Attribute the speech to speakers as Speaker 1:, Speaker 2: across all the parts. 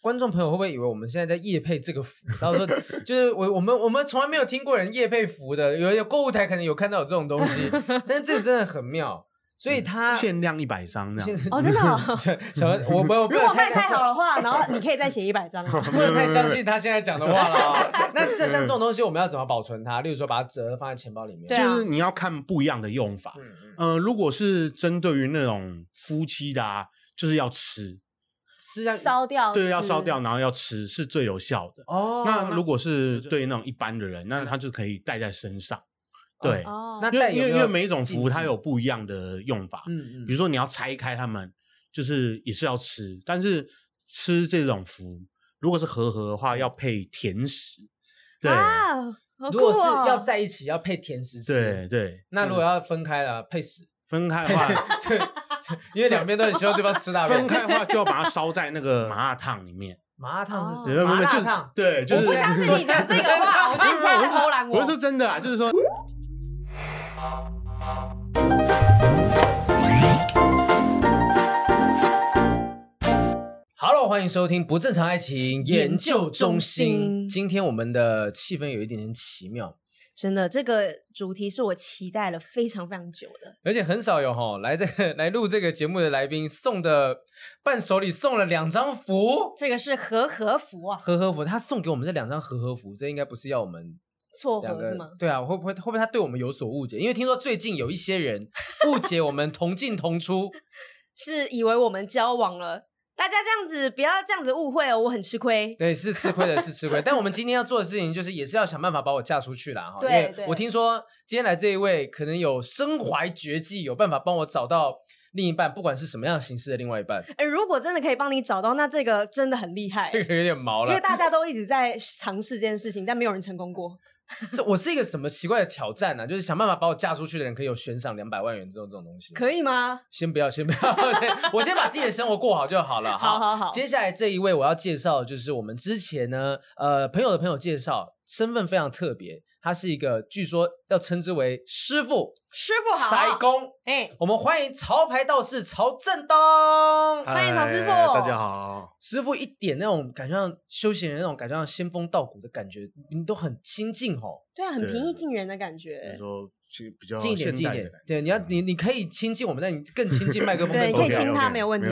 Speaker 1: 观众朋友会不会以为我们现在在夜配这个服？ 到时候就是我我们我们从来没有听过人夜配服的，有有购物台可能有看到有这种东 西，但是这个真的很妙，所以它
Speaker 2: 限量一百张 这样。
Speaker 1: 现
Speaker 3: 哦，真的哦。
Speaker 1: 小我我我不
Speaker 3: 如
Speaker 1: 能
Speaker 3: 果卖太
Speaker 1: 太
Speaker 3: 好的 话，然后你可以再写一百 张。
Speaker 1: 不能太相信他现在讲的话了啊。那这像这种东西，我们要怎么保存它？例如说，把它折了放在钱包里面。
Speaker 3: 对啊
Speaker 2: 就是你要看不一样的用法。
Speaker 1: 嗯嗯
Speaker 2: 呃，如果是针对于那种夫妻的啊，就是要吃，
Speaker 1: 是啊，
Speaker 3: 烧掉，
Speaker 2: 对，要烧掉，。然后要吃是最有效的。
Speaker 1: 哦。
Speaker 2: 那如果是对那种一般的人，那他就可以带在身上。对，
Speaker 1: 嗯
Speaker 3: 哦，
Speaker 1: 那
Speaker 2: 因
Speaker 1: 带
Speaker 2: 为
Speaker 1: 有没
Speaker 2: 因为
Speaker 1: 有
Speaker 2: 因为每一种
Speaker 1: 禁
Speaker 2: 符它
Speaker 1: 忌
Speaker 2: 有不一样的用法，
Speaker 1: 嗯
Speaker 2: 比如说你要拆开它们，就是也是要吃，但是吃这种符，如果是和合的话，要配甜食。对、
Speaker 3: 啊，好
Speaker 1: 嗯，
Speaker 3: 酷
Speaker 1: 如果是
Speaker 3: 哦
Speaker 1: 要在一起，要配甜食吃。
Speaker 2: 对，对，
Speaker 1: 那
Speaker 2: 就是
Speaker 1: 如果要分开了，配屎，
Speaker 2: 分开 的话，
Speaker 1: 这这因为两边都很希望对方吃 大
Speaker 2: 分
Speaker 1: 便。
Speaker 2: 开的话就要把它烧在那 个麻辣烫里面，
Speaker 1: 麻辣烫是
Speaker 3: 哦
Speaker 1: 什
Speaker 2: 没有
Speaker 1: 么？麻
Speaker 2: 没有
Speaker 1: 辣
Speaker 2: 就是
Speaker 1: 烫。
Speaker 2: 对，就是
Speaker 3: 我不相信 你讲这个 话，我觉得你现在在偷懒
Speaker 2: 我是说真的啊，就是说，
Speaker 1: Hello，欢迎收听不正常爱情研究中
Speaker 3: 研究中
Speaker 1: 心。
Speaker 3: 心
Speaker 1: 今天我们的气氛有一点点奇妙，
Speaker 3: 真的，这个主题是我期待了非常非常久的。
Speaker 1: 而且很少有哈来这个 来录这个节目的来宾送的伴手礼送了两张符，
Speaker 3: 这个是和和服啊，
Speaker 1: 和和符，他送给我们这两张和和符，这应该不是要我们
Speaker 3: 撮
Speaker 1: 两
Speaker 3: 合
Speaker 1: 个
Speaker 3: 是吗？
Speaker 1: 对啊，会不会会不会他对我们有所误解？因为听说最近有一些人误解我们同进同出，
Speaker 3: 是以为我们交往了，大家这样子不要这样子误会哦，我很吃亏。
Speaker 1: 对，是吃亏的，是吃亏。但我们今天要做的事情就是也是要想办法把我嫁出去啦哈。
Speaker 3: 对
Speaker 1: 因为
Speaker 3: 对
Speaker 1: 我听说今天来这一位可能有身怀绝技，有办法帮我找到另一半，不管是什么样形式的另外一半，
Speaker 3: 呃，如果真的可以帮你找到，那这个真的很厉害，
Speaker 1: 这个有点毛
Speaker 3: 哎因为
Speaker 1: 了。
Speaker 3: 大家都一直在尝试这件事情，但没有人成功过。
Speaker 1: 这我是一个什么奇怪的挑战啊呢、就是想办法把我嫁出去的人可以有悬赏两百万元这种这种东西。
Speaker 3: 可以吗？
Speaker 1: 先不要，先不要，对我先把自己的生活过好就好 了。
Speaker 3: 好好好
Speaker 1: 接下来这一位我要介绍，就是我们之前呢，呃，朋友的朋友介绍，身份非常特别，他是一个据说要称之为师傅、
Speaker 3: 师傅好，
Speaker 1: 筛工。
Speaker 3: 哎、
Speaker 1: 我们欢迎潮牌道士曹正东
Speaker 3: 欢迎老师傅
Speaker 2: 嗨大家好。
Speaker 1: 师傅，一点那种感觉像修行人那种感觉，像仙风道骨的感觉，你们都很亲近哦。
Speaker 3: 对啊，很
Speaker 2: 对
Speaker 3: 平易近人的感
Speaker 2: 你
Speaker 3: 觉。
Speaker 2: 说是比较
Speaker 1: 近一点，
Speaker 2: 哦现
Speaker 1: 近一
Speaker 2: 代的
Speaker 1: 点
Speaker 2: 感，觉嗯
Speaker 1: 对，你要你你可以亲近我们，但你更亲近麦克风，
Speaker 3: 对
Speaker 1: 更
Speaker 3: 你可以
Speaker 1: 多
Speaker 3: 亲他
Speaker 2: OK，OK，
Speaker 3: 没有问题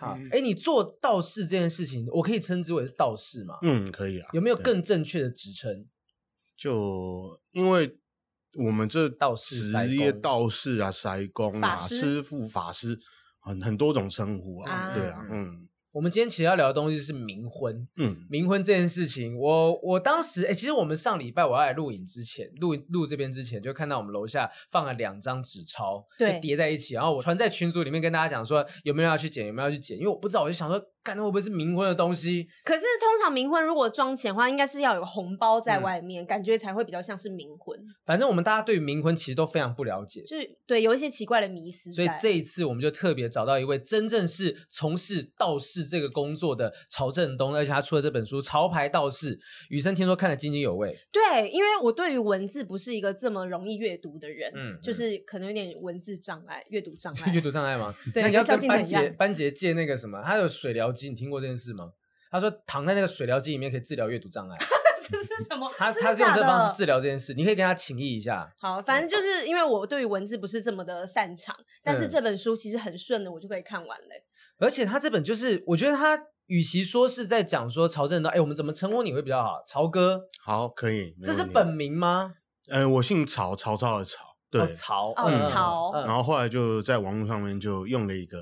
Speaker 1: 好，哎，你做道士这件事情，我可以称之为是道士吗？
Speaker 2: 嗯，可以啊。
Speaker 1: 有没有
Speaker 2: 对
Speaker 1: 更正确的职称？
Speaker 2: 就因为我们这
Speaker 1: 道士
Speaker 2: 职业
Speaker 1: 筛工
Speaker 2: 道士啊、筛工啊、
Speaker 3: 法师
Speaker 2: 师傅、法师，很很多种称呼啊。
Speaker 3: 啊
Speaker 2: 对啊，嗯
Speaker 1: 我们今天其实要聊的东西是冥婚，
Speaker 2: 嗯，
Speaker 1: 冥婚这件事情，我我当时哎、其实我们上礼拜我要来录影之前，录录这边之前，就看到我们楼下放了两张纸钞，
Speaker 3: 对
Speaker 1: 就叠在一起，然后我传在群组里面跟大家讲说有没有人要去捡，有没有要去捡，因为我不知道，我就想说，干那会不会是冥婚的东西？
Speaker 3: 可是通常冥婚如果装钱的话，应该是要有红包
Speaker 1: 嗯
Speaker 3: 在外面，感觉才会比较像是冥婚。
Speaker 1: 反正我们大家对于冥婚其实都非常不了解，
Speaker 3: 就是对，有一些奇怪的迷思在。
Speaker 1: 所以这一次我们就特别找到一位真正是从事道士这个工作的曹振东，而且他出了这本书《潮牌道士》，雨生听说看得津津有味。
Speaker 3: 对，因为我对于文字不是一个这么容易阅读的人，
Speaker 1: 嗯
Speaker 3: 就是可能有点文字障碍、阅读障
Speaker 1: 阅
Speaker 3: 碍。
Speaker 1: 读障碍吗？
Speaker 3: 对
Speaker 1: 那你要
Speaker 3: 跟萧
Speaker 1: 跟
Speaker 3: 敬
Speaker 1: 班
Speaker 3: 腾一
Speaker 1: 杰
Speaker 3: 样
Speaker 1: 班杰借那个什么，他有水疗机，你听过这件事吗？他说躺在那个水疗机里面可以治疗阅读障碍，
Speaker 3: 这是什么？
Speaker 1: 他
Speaker 3: 真的
Speaker 1: 他是用
Speaker 3: 假
Speaker 1: 这方
Speaker 3: 的
Speaker 1: 式治疗这件事，你可以跟他请益一下。
Speaker 3: 好，反正就是因为我对于文字不是这么的擅长，
Speaker 1: 嗯
Speaker 3: 但是这本书其实很顺的，我就可以看完了。
Speaker 1: 而且他这本就是，我觉得他与其说是在讲说曹正东，哎，我们怎么称呼你会比较好？曹哥，
Speaker 2: 好，可以。没
Speaker 1: 这是
Speaker 2: 问题
Speaker 1: 本。名吗？
Speaker 2: 呃，我姓曹，曹操的曹。对
Speaker 1: 哦，曹，
Speaker 3: 哦
Speaker 1: 嗯
Speaker 3: 曹
Speaker 1: 嗯
Speaker 2: 然后后来就在网络上面就用了一个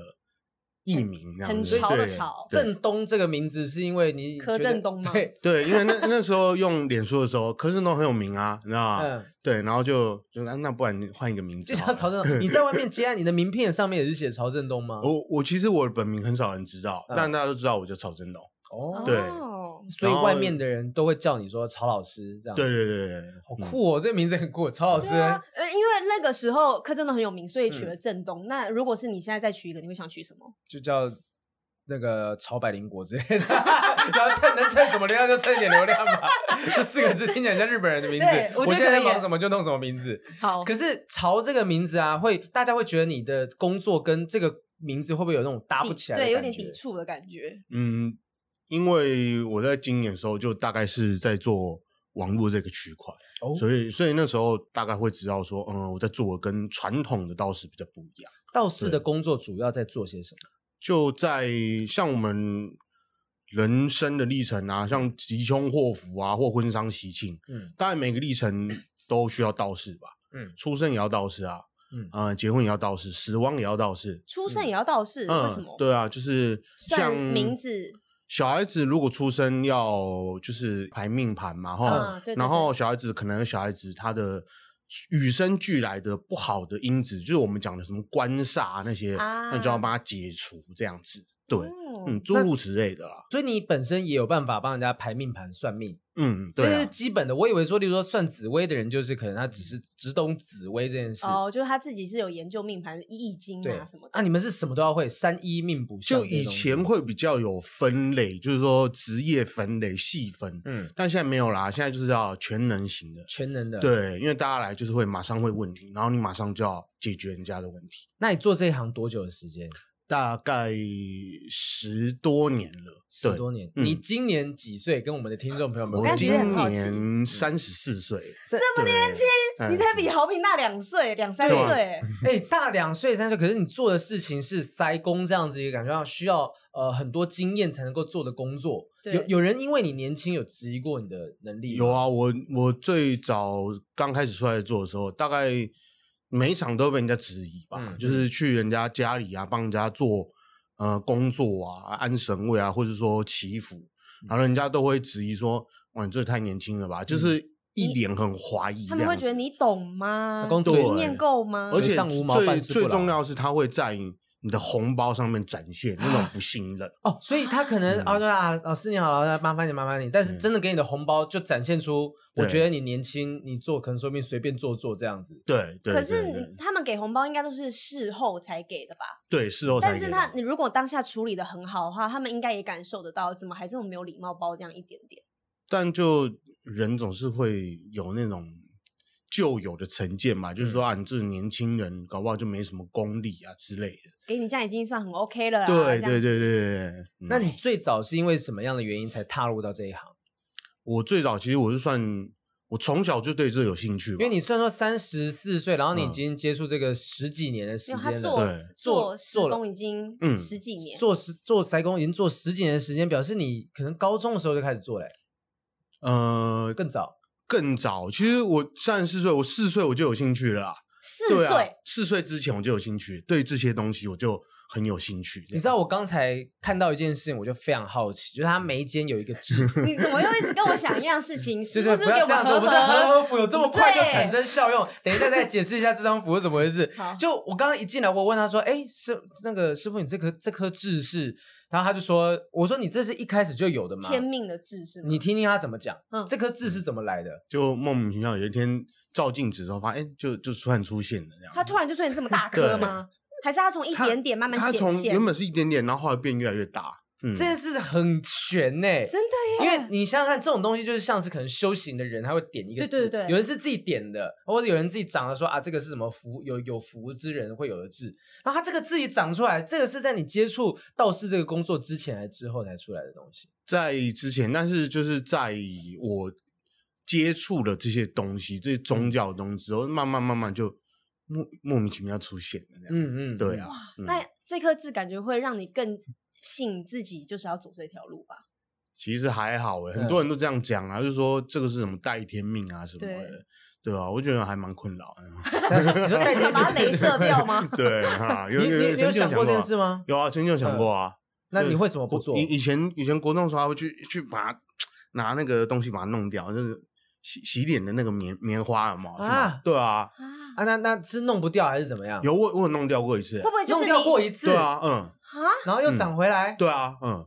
Speaker 2: 艺名，这样
Speaker 3: 很
Speaker 2: 子。
Speaker 3: 潮的
Speaker 2: 对
Speaker 3: 潮
Speaker 2: 对
Speaker 1: 振东这个名字是因为你
Speaker 3: 柯
Speaker 1: 觉得
Speaker 3: 震东吗
Speaker 1: 对，
Speaker 2: 对，因为那那时候用脸书的时候，柯震东很有名啊，你知道吗？
Speaker 1: 嗯，
Speaker 2: 对，然后就就那那不然你换一个名字
Speaker 1: 就
Speaker 2: 好了。
Speaker 1: 像曹振东，你在外面接案，你的名片上面也是写曹振东吗？
Speaker 2: 我我其实我的本名很少人知道，
Speaker 1: 嗯
Speaker 2: 但大家都知道我叫曹振东。
Speaker 1: 哦
Speaker 2: 对
Speaker 3: 哦
Speaker 1: 所以
Speaker 2: 然后
Speaker 1: 外面的人都会叫你说曹老师这样。
Speaker 2: 对，对对对，
Speaker 1: 嗯好
Speaker 2: 嗯
Speaker 1: 酷哦，这个名字很酷，曹老师。
Speaker 3: 对啊，呃，因为那个时候柯震东很有名，所以取
Speaker 2: 嗯
Speaker 3: 了振东。那如果是你现在再取一个，你会想取什么？
Speaker 1: 就叫那个潮百灵果之类的， 然后蹭能蹭什么流量就蹭一点流量吧，这四个字听起来像日本人的名
Speaker 3: 对
Speaker 1: 字。
Speaker 3: 我
Speaker 1: 我
Speaker 3: 觉得
Speaker 1: 现在在
Speaker 3: 可以啊哦
Speaker 1: 忙什么就弄什么名字。
Speaker 3: 好，
Speaker 1: 可是“潮”这个名字啊，会大家会觉得你的工作跟这个名字会不会有那种搭不起来的
Speaker 3: 对，有
Speaker 1: 感
Speaker 3: 点
Speaker 1: 觉
Speaker 3: 抵？触的感觉。
Speaker 2: 嗯，因为我在今年的时候就大概是在做网络这个区块，
Speaker 1: 哦
Speaker 2: 所以所以那时候大概会知道说，嗯，我在做的跟传统的道士比较不一样。
Speaker 1: 道士的
Speaker 2: 对
Speaker 1: 工作主要在做些什么？
Speaker 2: 就在像我们人生的历程啊，像吉凶祸福啊，或婚丧喜庆，
Speaker 1: 嗯
Speaker 2: 当然每个历程都需要道士吧。
Speaker 1: 嗯
Speaker 2: 出生也要道士啊，
Speaker 1: 嗯
Speaker 2: 呃，结婚也要道士，死亡也要道士。
Speaker 3: 出生也要道士，为什
Speaker 2: 嗯
Speaker 3: 么，？
Speaker 2: 对啊，就是
Speaker 3: 算
Speaker 2: 像
Speaker 3: 名字
Speaker 2: 小孩子如果出生要就是排命盘嘛，哈、
Speaker 3: 嗯对对
Speaker 2: 然后小孩子可能有小孩子他的与生俱来的不好的因子，就是我们讲的什么官煞那些，
Speaker 3: 啊
Speaker 2: 那就要帮他解除这样子。对，
Speaker 3: 哦
Speaker 2: 嗯，诸如此类的啦。
Speaker 1: 所以你本身也有办法帮人家排命盘、算命，
Speaker 2: 嗯，
Speaker 1: 这
Speaker 2: 对
Speaker 1: 是
Speaker 2: 啊，
Speaker 1: 基本的。我以为说，例如说算紫薇的人，就是可能他只是只懂紫薇这件事。
Speaker 3: 哦，就是他自己是有研究命盘、易经
Speaker 1: 对
Speaker 3: 啊什么的。
Speaker 1: 啊，你们是什么都要会，三一命卜相
Speaker 2: 就
Speaker 1: 这些
Speaker 2: 以
Speaker 1: 东西
Speaker 2: 前会比较有分类，就是说职业分类细分，
Speaker 1: 嗯
Speaker 2: 但现在没有啦，现在就是要全能型的。
Speaker 1: 全能的。，
Speaker 2: 对，因为大家来就是会马上会问你，然后你马上就要解决人家的问题。
Speaker 1: 那你做这一行多久的时间？
Speaker 2: 大概十多年了，
Speaker 1: 十
Speaker 2: 对，
Speaker 1: 多年。
Speaker 2: 嗯
Speaker 1: 你今年几岁？跟我们的听众朋友们
Speaker 3: 刚
Speaker 2: 我
Speaker 1: 分享
Speaker 3: 才其
Speaker 1: 一
Speaker 3: 实
Speaker 1: 下，
Speaker 3: 很
Speaker 2: 今
Speaker 3: 好奇嗯
Speaker 2: 年三十四岁，
Speaker 1: 这
Speaker 2: 么年轻，
Speaker 3: 你才比
Speaker 2: 嗯
Speaker 3: 豪平大两岁、两三
Speaker 2: 对啊
Speaker 3: 岁，
Speaker 1: 哎、大两岁三岁，可是你做的事情是塞工这样子一个感觉，要需要呃很多经验才能够做的工作。
Speaker 3: 对
Speaker 1: 有有人因为你年轻有质疑过你的能力？
Speaker 2: 有，啊，我我最早刚开始出来做的时候，大概每一场都被人家质疑吧，
Speaker 1: 嗯
Speaker 2: 就是去人家家里啊，帮人家做呃工作啊，安神位啊，或者说祈福，
Speaker 3: 嗯
Speaker 2: 然后人家都会质疑说，哇，你这也太年轻了吧，就是一脸很怀疑
Speaker 3: 嗯他
Speaker 2: 这样子，啊
Speaker 3: 们会觉得你懂吗？
Speaker 1: 工作
Speaker 3: 你经验够吗？
Speaker 2: 而且
Speaker 1: 嘴上无毛
Speaker 2: 最
Speaker 1: 办事不
Speaker 2: 最
Speaker 1: 牢
Speaker 2: 重要的是，他会在你的红包上面展现那
Speaker 3: 啊
Speaker 2: 种不信任。
Speaker 1: 哦，所以他可能
Speaker 2: 嗯
Speaker 1: 啊对啊，老师你好，老师麻烦你麻烦你，但是
Speaker 2: 嗯
Speaker 1: 真的给你的红包就展现出，我
Speaker 2: 对
Speaker 1: 觉得你年轻，你做可能说不定随便做做这样子。
Speaker 2: 对对，
Speaker 3: 可
Speaker 2: 对对
Speaker 3: 是他们给红包应该都是事后才给的吧？
Speaker 2: 对事后才
Speaker 3: 但
Speaker 2: 给
Speaker 3: 是
Speaker 2: 的啊
Speaker 3: 他你如果当下处理的很好的话，他们应该也感受得到，怎么还这么没有礼貌，包这样一点点？
Speaker 2: 但就人总是会有那种旧有的成见嘛，就是说
Speaker 1: 嗯
Speaker 2: 啊，你这年轻人搞不好就没什么功力啊之类的。
Speaker 3: 给你这样已经算很 OK 了啦。
Speaker 2: 对
Speaker 3: 这样
Speaker 2: 对对对对。嗯
Speaker 1: 啊那你最早是因为什么样的原因才踏入到这一行？
Speaker 2: 我最早其实我是算我从小就对这有兴趣吧，
Speaker 1: 因为你虽然说三十四岁，然后你已
Speaker 2: 嗯
Speaker 1: 经接触这个十几年的时
Speaker 3: 因为
Speaker 1: 间了，
Speaker 3: 他做
Speaker 2: 对
Speaker 1: 做
Speaker 3: 做
Speaker 1: 做
Speaker 3: 施
Speaker 1: 了
Speaker 3: 工已经
Speaker 2: 嗯
Speaker 3: 十几年，
Speaker 1: 做十做裁工已经做十几年的时间，表示你可能高中的时候就开始做嘞、
Speaker 2: 呃
Speaker 1: 更早。
Speaker 2: 更早，其实我三十四岁，我四岁我就有兴趣了啦。
Speaker 3: 四
Speaker 2: 对啊
Speaker 3: 岁，
Speaker 2: 四岁之前我就有兴趣，对这些东西我就很有兴趣。
Speaker 1: 你知道我刚才看到一件事情，我就非常好奇，就是他眉间有一个痣，
Speaker 3: 你怎么又一直跟我想一样事 情？
Speaker 1: 就
Speaker 3: 师
Speaker 1: 是
Speaker 3: 傅是
Speaker 1: 不
Speaker 3: 给
Speaker 1: 要
Speaker 3: 我
Speaker 1: 这样
Speaker 3: 们
Speaker 1: 子，我
Speaker 3: 合
Speaker 1: 们这和
Speaker 3: 合？
Speaker 1: 和符有这么快就
Speaker 3: 对
Speaker 1: 产生效用，等一下再解释一下这张符是怎么回事
Speaker 3: 好。
Speaker 1: 就我刚刚一进来，我问他说：“哎，师那个师傅，你这颗这颗痣是？”然后他就说：“我说你这是一开始就有的吗？
Speaker 3: 天命的痣是吗？
Speaker 1: 你听听他怎么讲，
Speaker 3: 嗯
Speaker 1: 这颗痣是怎么来的？
Speaker 2: 就莫名其妙有一天照镜子的时候，发现哎，就就突然出现了这样。
Speaker 3: 他突然就出现这么大颗吗？还是他从一
Speaker 2: 他
Speaker 3: 点点慢慢
Speaker 2: 他
Speaker 3: 显
Speaker 2: 从
Speaker 3: 现？
Speaker 2: 原本是一点点，然后后来变越来越大。嗯，
Speaker 1: 这件事很全呢、
Speaker 3: 真的耶，
Speaker 1: 因为你想想看，这种东西就是像是可能修行的人，他会点一个
Speaker 3: 对
Speaker 1: 字，
Speaker 3: 对对对
Speaker 1: 有人是自己点的，或者有人自己长了说啊，这个是什么福，有有福之人会有的字。然后他这个自己长出来，这个是在你接触道士这个工作之前还之后才出来的东西。
Speaker 2: 在之前，但是就是在我接触了这些东西，这些
Speaker 1: 嗯
Speaker 2: 宗教的东西之后，慢慢慢慢就莫莫名其妙出现了这样。
Speaker 1: 嗯嗯，
Speaker 2: 对啊，嗯
Speaker 3: 那这颗痣感觉会让你更信自己，就是要走这条路吧？
Speaker 2: 其实还好诶、
Speaker 1: 嗯
Speaker 2: 很多人都这样讲啊，就说这个是什么带天命啊什么
Speaker 3: 对
Speaker 2: 的，对啊，我觉得还蛮困扰的。
Speaker 1: 但你说带
Speaker 3: 是要把它 镭射掉吗？
Speaker 2: 对哈，有
Speaker 1: 嗯你
Speaker 2: 有
Speaker 1: 你你有
Speaker 2: 曾经
Speaker 1: 想过这件事嗯
Speaker 2: 吗？
Speaker 1: 吗？
Speaker 2: 有啊，曾经有想过啊。
Speaker 1: 那你
Speaker 2: 对
Speaker 1: 为什么哦不
Speaker 2: 国
Speaker 1: 做
Speaker 2: 以？以前以前国中的时候，还会去去把它拿那个东西把它弄掉，就是洗洗脸的那个棉棉花有没有？是吗
Speaker 1: 啊
Speaker 2: 对啊，
Speaker 3: 啊，
Speaker 1: 啊，那那是弄不掉还是怎么样？
Speaker 2: 有我我有弄掉过一次
Speaker 3: 会，不会就是
Speaker 1: 弄
Speaker 3: 你
Speaker 1: 掉过一次，
Speaker 2: 对啊，嗯，
Speaker 3: 啊？
Speaker 1: 然后又
Speaker 2: 嗯
Speaker 1: 长回来。
Speaker 2: 对啊，嗯，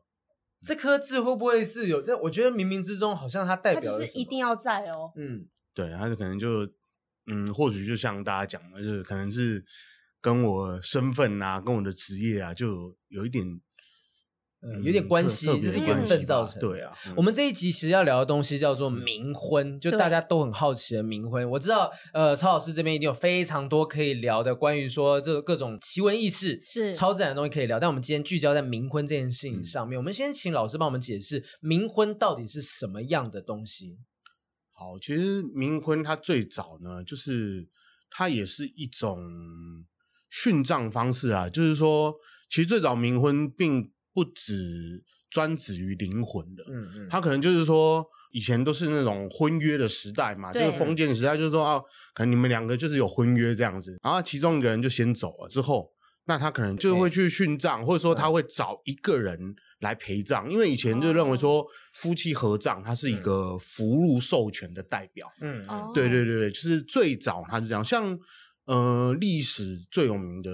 Speaker 1: 这颗痣会不会是有这？我觉得冥冥之中好像它代
Speaker 3: 他
Speaker 1: 表
Speaker 3: 就
Speaker 1: 了
Speaker 3: 是
Speaker 1: 什
Speaker 3: 一
Speaker 1: 么
Speaker 3: 定要在哦。
Speaker 1: 嗯，
Speaker 2: 对，他就可能就嗯，或许就像大家讲的，就是可能是跟我身份啊，跟我的职业啊，就有一点
Speaker 1: 呃有点关系，
Speaker 2: 特
Speaker 1: 这是
Speaker 2: 特
Speaker 1: 缘
Speaker 2: 别关系
Speaker 1: 分
Speaker 2: 吧
Speaker 1: 造成的。
Speaker 2: 对啊，嗯
Speaker 1: 我们这一集其实要聊的东西叫做冥婚，就
Speaker 3: 对
Speaker 1: 大家都很好奇的冥婚。我知道，呃，曹老师这边一定有非常多可以聊的，关于说这各种奇闻异事、
Speaker 3: 是
Speaker 1: 超自然的东西可以聊。但我们今天聚焦在冥婚这件事
Speaker 2: 嗯
Speaker 1: 情上面，我们先请老师帮我们解释冥婚到底是什么样的东西。
Speaker 2: 好，其实冥婚它最早呢，就是它也是一种殉葬方式啊，就是说，其实最早冥婚并不只专指于灵魂的，
Speaker 1: 嗯嗯，
Speaker 2: 它可能就是说。以前都是那种婚约的时代嘛，就
Speaker 3: 对
Speaker 2: 是封建时代，就是说啊，可能你们两个就是有婚约这样子，然后其中一个人就先走了之后，那他可能就会去殉葬，或者说他会找一个人来陪葬，因为以前就认为
Speaker 1: 哦
Speaker 2: 说夫妻合葬，它是一个福禄寿全的代表。
Speaker 1: 嗯
Speaker 3: 哦
Speaker 2: 对对对对，就是最早它是这样，像呃历史最有名的，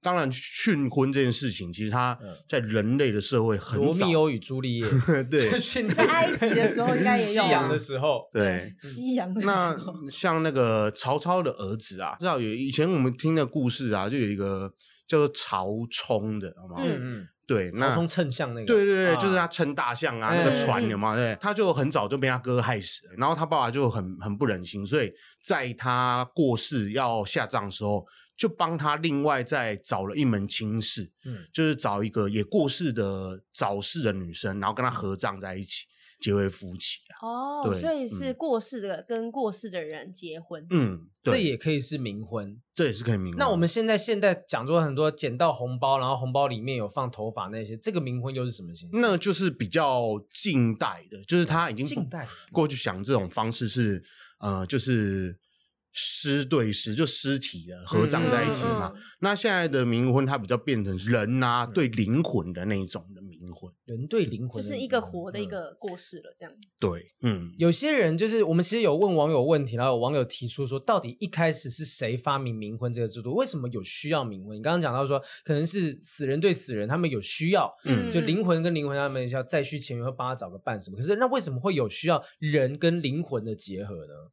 Speaker 2: 当然殉婚这件事情，其实它
Speaker 1: 嗯
Speaker 2: 在人类的社会很
Speaker 1: 罗
Speaker 2: 早，
Speaker 1: 密欧与朱丽叶，
Speaker 2: 对
Speaker 1: 是
Speaker 3: 在埃及的时候应该也有啊
Speaker 1: 夕阳的时候，
Speaker 2: 对。
Speaker 1: 嗯
Speaker 3: 西 洋的
Speaker 2: 那
Speaker 3: 时候
Speaker 2: 像那个曹操的儿子啊，至少有以前我们听的故事啊，就有一个叫做曹冲的，好吗？
Speaker 3: 嗯
Speaker 1: 嗯
Speaker 2: 对，
Speaker 1: 嗯，曹
Speaker 2: 那
Speaker 1: 冲称象那个，
Speaker 2: 对对对，
Speaker 1: 啊
Speaker 2: 就是他撑大象啊，
Speaker 1: 嗯
Speaker 2: 那个船
Speaker 3: 嗯
Speaker 2: 有嘛，对，他就很早就被他哥害死了，然后他爸爸就很很不忍心，所以在他过世要下葬的时候，就帮他另外再找了一门亲事，
Speaker 1: 嗯
Speaker 2: 就是找一个也过世的早逝的女生，然后跟他合葬在一起，结为夫妻啊。
Speaker 3: 哦，
Speaker 2: 对
Speaker 3: 所以是
Speaker 2: 嗯
Speaker 3: 过世的跟过世的人结婚，
Speaker 2: 嗯，
Speaker 1: 这
Speaker 2: 对，嗯
Speaker 1: 也可以是冥婚。
Speaker 2: 这也是可以明白。
Speaker 1: 那我们现在现在讲说很多捡到红包，然后红包里面有放头发那些，这个冥婚又是什么形式？
Speaker 2: 那就是比较近代的，就是他已经不
Speaker 1: 近代
Speaker 2: 过去想这种方式是呃，就是尸对尸，就尸体的合葬在一起嘛。
Speaker 3: 嗯嗯嗯
Speaker 2: 那现在的冥婚，它比较变成人啊、对灵魂的那一种的冥婚。
Speaker 1: 人对灵
Speaker 3: 就
Speaker 1: 魂的嗯
Speaker 3: 是一个活的一个过世了，这样。
Speaker 2: 对，嗯，
Speaker 1: 有些人就是我们其实有问网友问题，然后有网友提出说，到底一开始是谁发明冥婚这个制度？为什么有需要冥婚？你刚刚讲到说，可能是死人对死人，他们有需要，
Speaker 2: 嗯
Speaker 1: 就灵魂跟灵魂他们要再续前缘，会帮他找个伴什么。可是那为什么会有需要人跟灵魂的结合呢？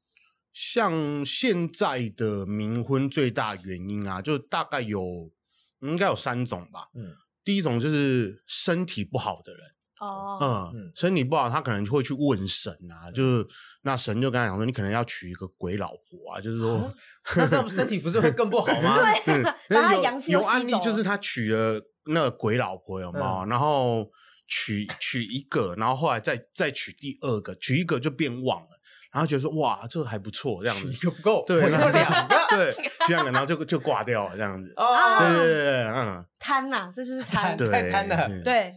Speaker 2: 像现在的冥婚最大原因啊，就大概有嗯应该有三种吧。
Speaker 1: 嗯
Speaker 2: 嗯，第一种就是身体不好的人。
Speaker 3: 哦，
Speaker 2: 嗯，
Speaker 1: 嗯
Speaker 2: 身体不好，他可能就会去问神啊，
Speaker 3: 嗯
Speaker 2: 就是那神就跟他讲说，你可能要娶一个鬼老婆啊，就是说，
Speaker 1: 那这样身体不是会更不好吗？ 对，
Speaker 2: 嗯
Speaker 3: 啊把他
Speaker 2: 有
Speaker 3: 阳气都
Speaker 2: 有
Speaker 3: 吸
Speaker 2: 案例
Speaker 3: 走
Speaker 2: 就是
Speaker 3: 了嗯
Speaker 2: 他娶了那个鬼老婆有没有？然后娶娶一个，然后后来再再娶第二个，娶一个就变旺了，然后觉得说哇，这个还不错这样
Speaker 1: 娶一
Speaker 2: 子，
Speaker 1: 个不够，
Speaker 2: 对，啊
Speaker 1: 我
Speaker 2: 然
Speaker 1: 要
Speaker 2: 后
Speaker 1: 两个
Speaker 2: 对，这样然后就就挂掉了这样子。
Speaker 3: 哦
Speaker 1: 啊
Speaker 2: 对对对对，嗯，
Speaker 3: 贪呐，这就是贪。
Speaker 2: 对，
Speaker 1: 太贪了
Speaker 2: 嗯，
Speaker 3: 对，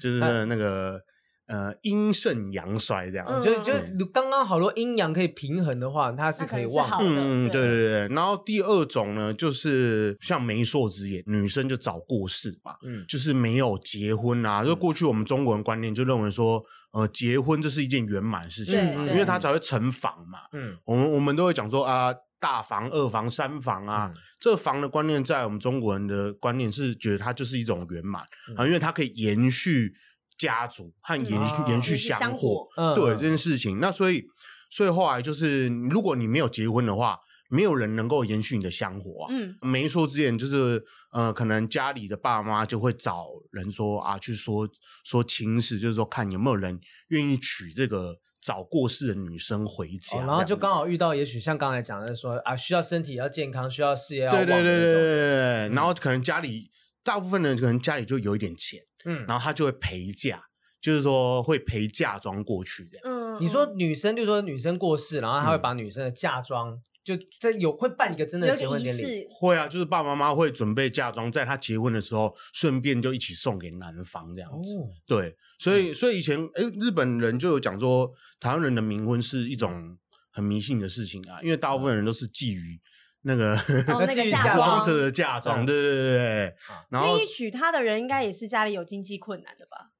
Speaker 2: 就是那那个呃阴盛阳衰这样子。
Speaker 3: 嗯
Speaker 1: 就就刚刚好，如果阴阳可以平衡的话，它是
Speaker 3: 那可
Speaker 1: 可以
Speaker 3: 能是
Speaker 1: 旺
Speaker 3: 好
Speaker 1: 的。
Speaker 3: 的
Speaker 2: 嗯，
Speaker 3: 对
Speaker 2: 对对对。然后第二种呢，就是像媒妁之言，女生就早过世嘛，
Speaker 1: 嗯，
Speaker 2: 就是没有结婚啊。就过去我们中国人观念就认为说，呃，结婚这是一件圆满的事情嘛，
Speaker 3: 对对
Speaker 2: 因为他才会成房嘛。
Speaker 1: 嗯
Speaker 2: 我们我们都会讲说啊。大房、二房、三房啊，
Speaker 1: 嗯
Speaker 2: 这房的观念在我们中国人的观念是觉得它就是一种圆满、
Speaker 1: 嗯
Speaker 2: 啊，因为它可以延续家族和延续、
Speaker 1: 啊
Speaker 2: 延
Speaker 3: 就
Speaker 2: 续
Speaker 3: 是哦香火。
Speaker 1: 嗯
Speaker 2: 对
Speaker 1: 嗯
Speaker 2: 这件事情。那所以，所以后来就是，如果你没有结婚的话，没有人能够延续你的香火啊。
Speaker 3: 嗯，
Speaker 2: 媒妁之言就是，呃，可能家里的爸妈就会找人说啊，去说说亲事，就是说看有没有人愿意娶这个早过世的女生回家，
Speaker 1: 哦然后就
Speaker 2: 这样子
Speaker 1: 刚好遇到，也许像刚才讲的说啊，需要身体要健康，需要事业要
Speaker 2: 对对
Speaker 1: 旺的
Speaker 2: 对
Speaker 1: 那
Speaker 2: 对对
Speaker 1: 种
Speaker 2: 对，然后可能家里大部分人可能家里就有一点钱，
Speaker 1: 嗯，
Speaker 2: 然后他就会陪嫁，就是说会陪嫁妆过去这样。
Speaker 3: 嗯，
Speaker 1: 你说女生就说女生过世，然后她会
Speaker 2: 嗯
Speaker 1: 把女生的嫁妆，就这有会办一个真的
Speaker 3: 有
Speaker 1: 结
Speaker 3: 点
Speaker 1: 婚
Speaker 3: 仪
Speaker 1: 典礼，
Speaker 3: 式，哦
Speaker 2: 会啊，就是爸爸妈妈会准备嫁妆，在他结婚的时候，顺便就一起送给男方这样子。
Speaker 1: 哦
Speaker 2: 对，所以所以以前诶，日本人就有讲说，台湾人的冥婚是一种很迷信的事情啊，因为大
Speaker 1: 嗯
Speaker 2: 部分人都是觊觎那个、
Speaker 3: 哦，
Speaker 1: 那
Speaker 3: 那
Speaker 1: 至于
Speaker 3: 个
Speaker 1: 嫁
Speaker 3: 嫁
Speaker 1: 妆
Speaker 3: 妆
Speaker 2: 装着，的嫁妆，
Speaker 1: 嗯
Speaker 2: 对对对对。然后
Speaker 3: 愿意娶她的人应该也是家里有经济困难的吧？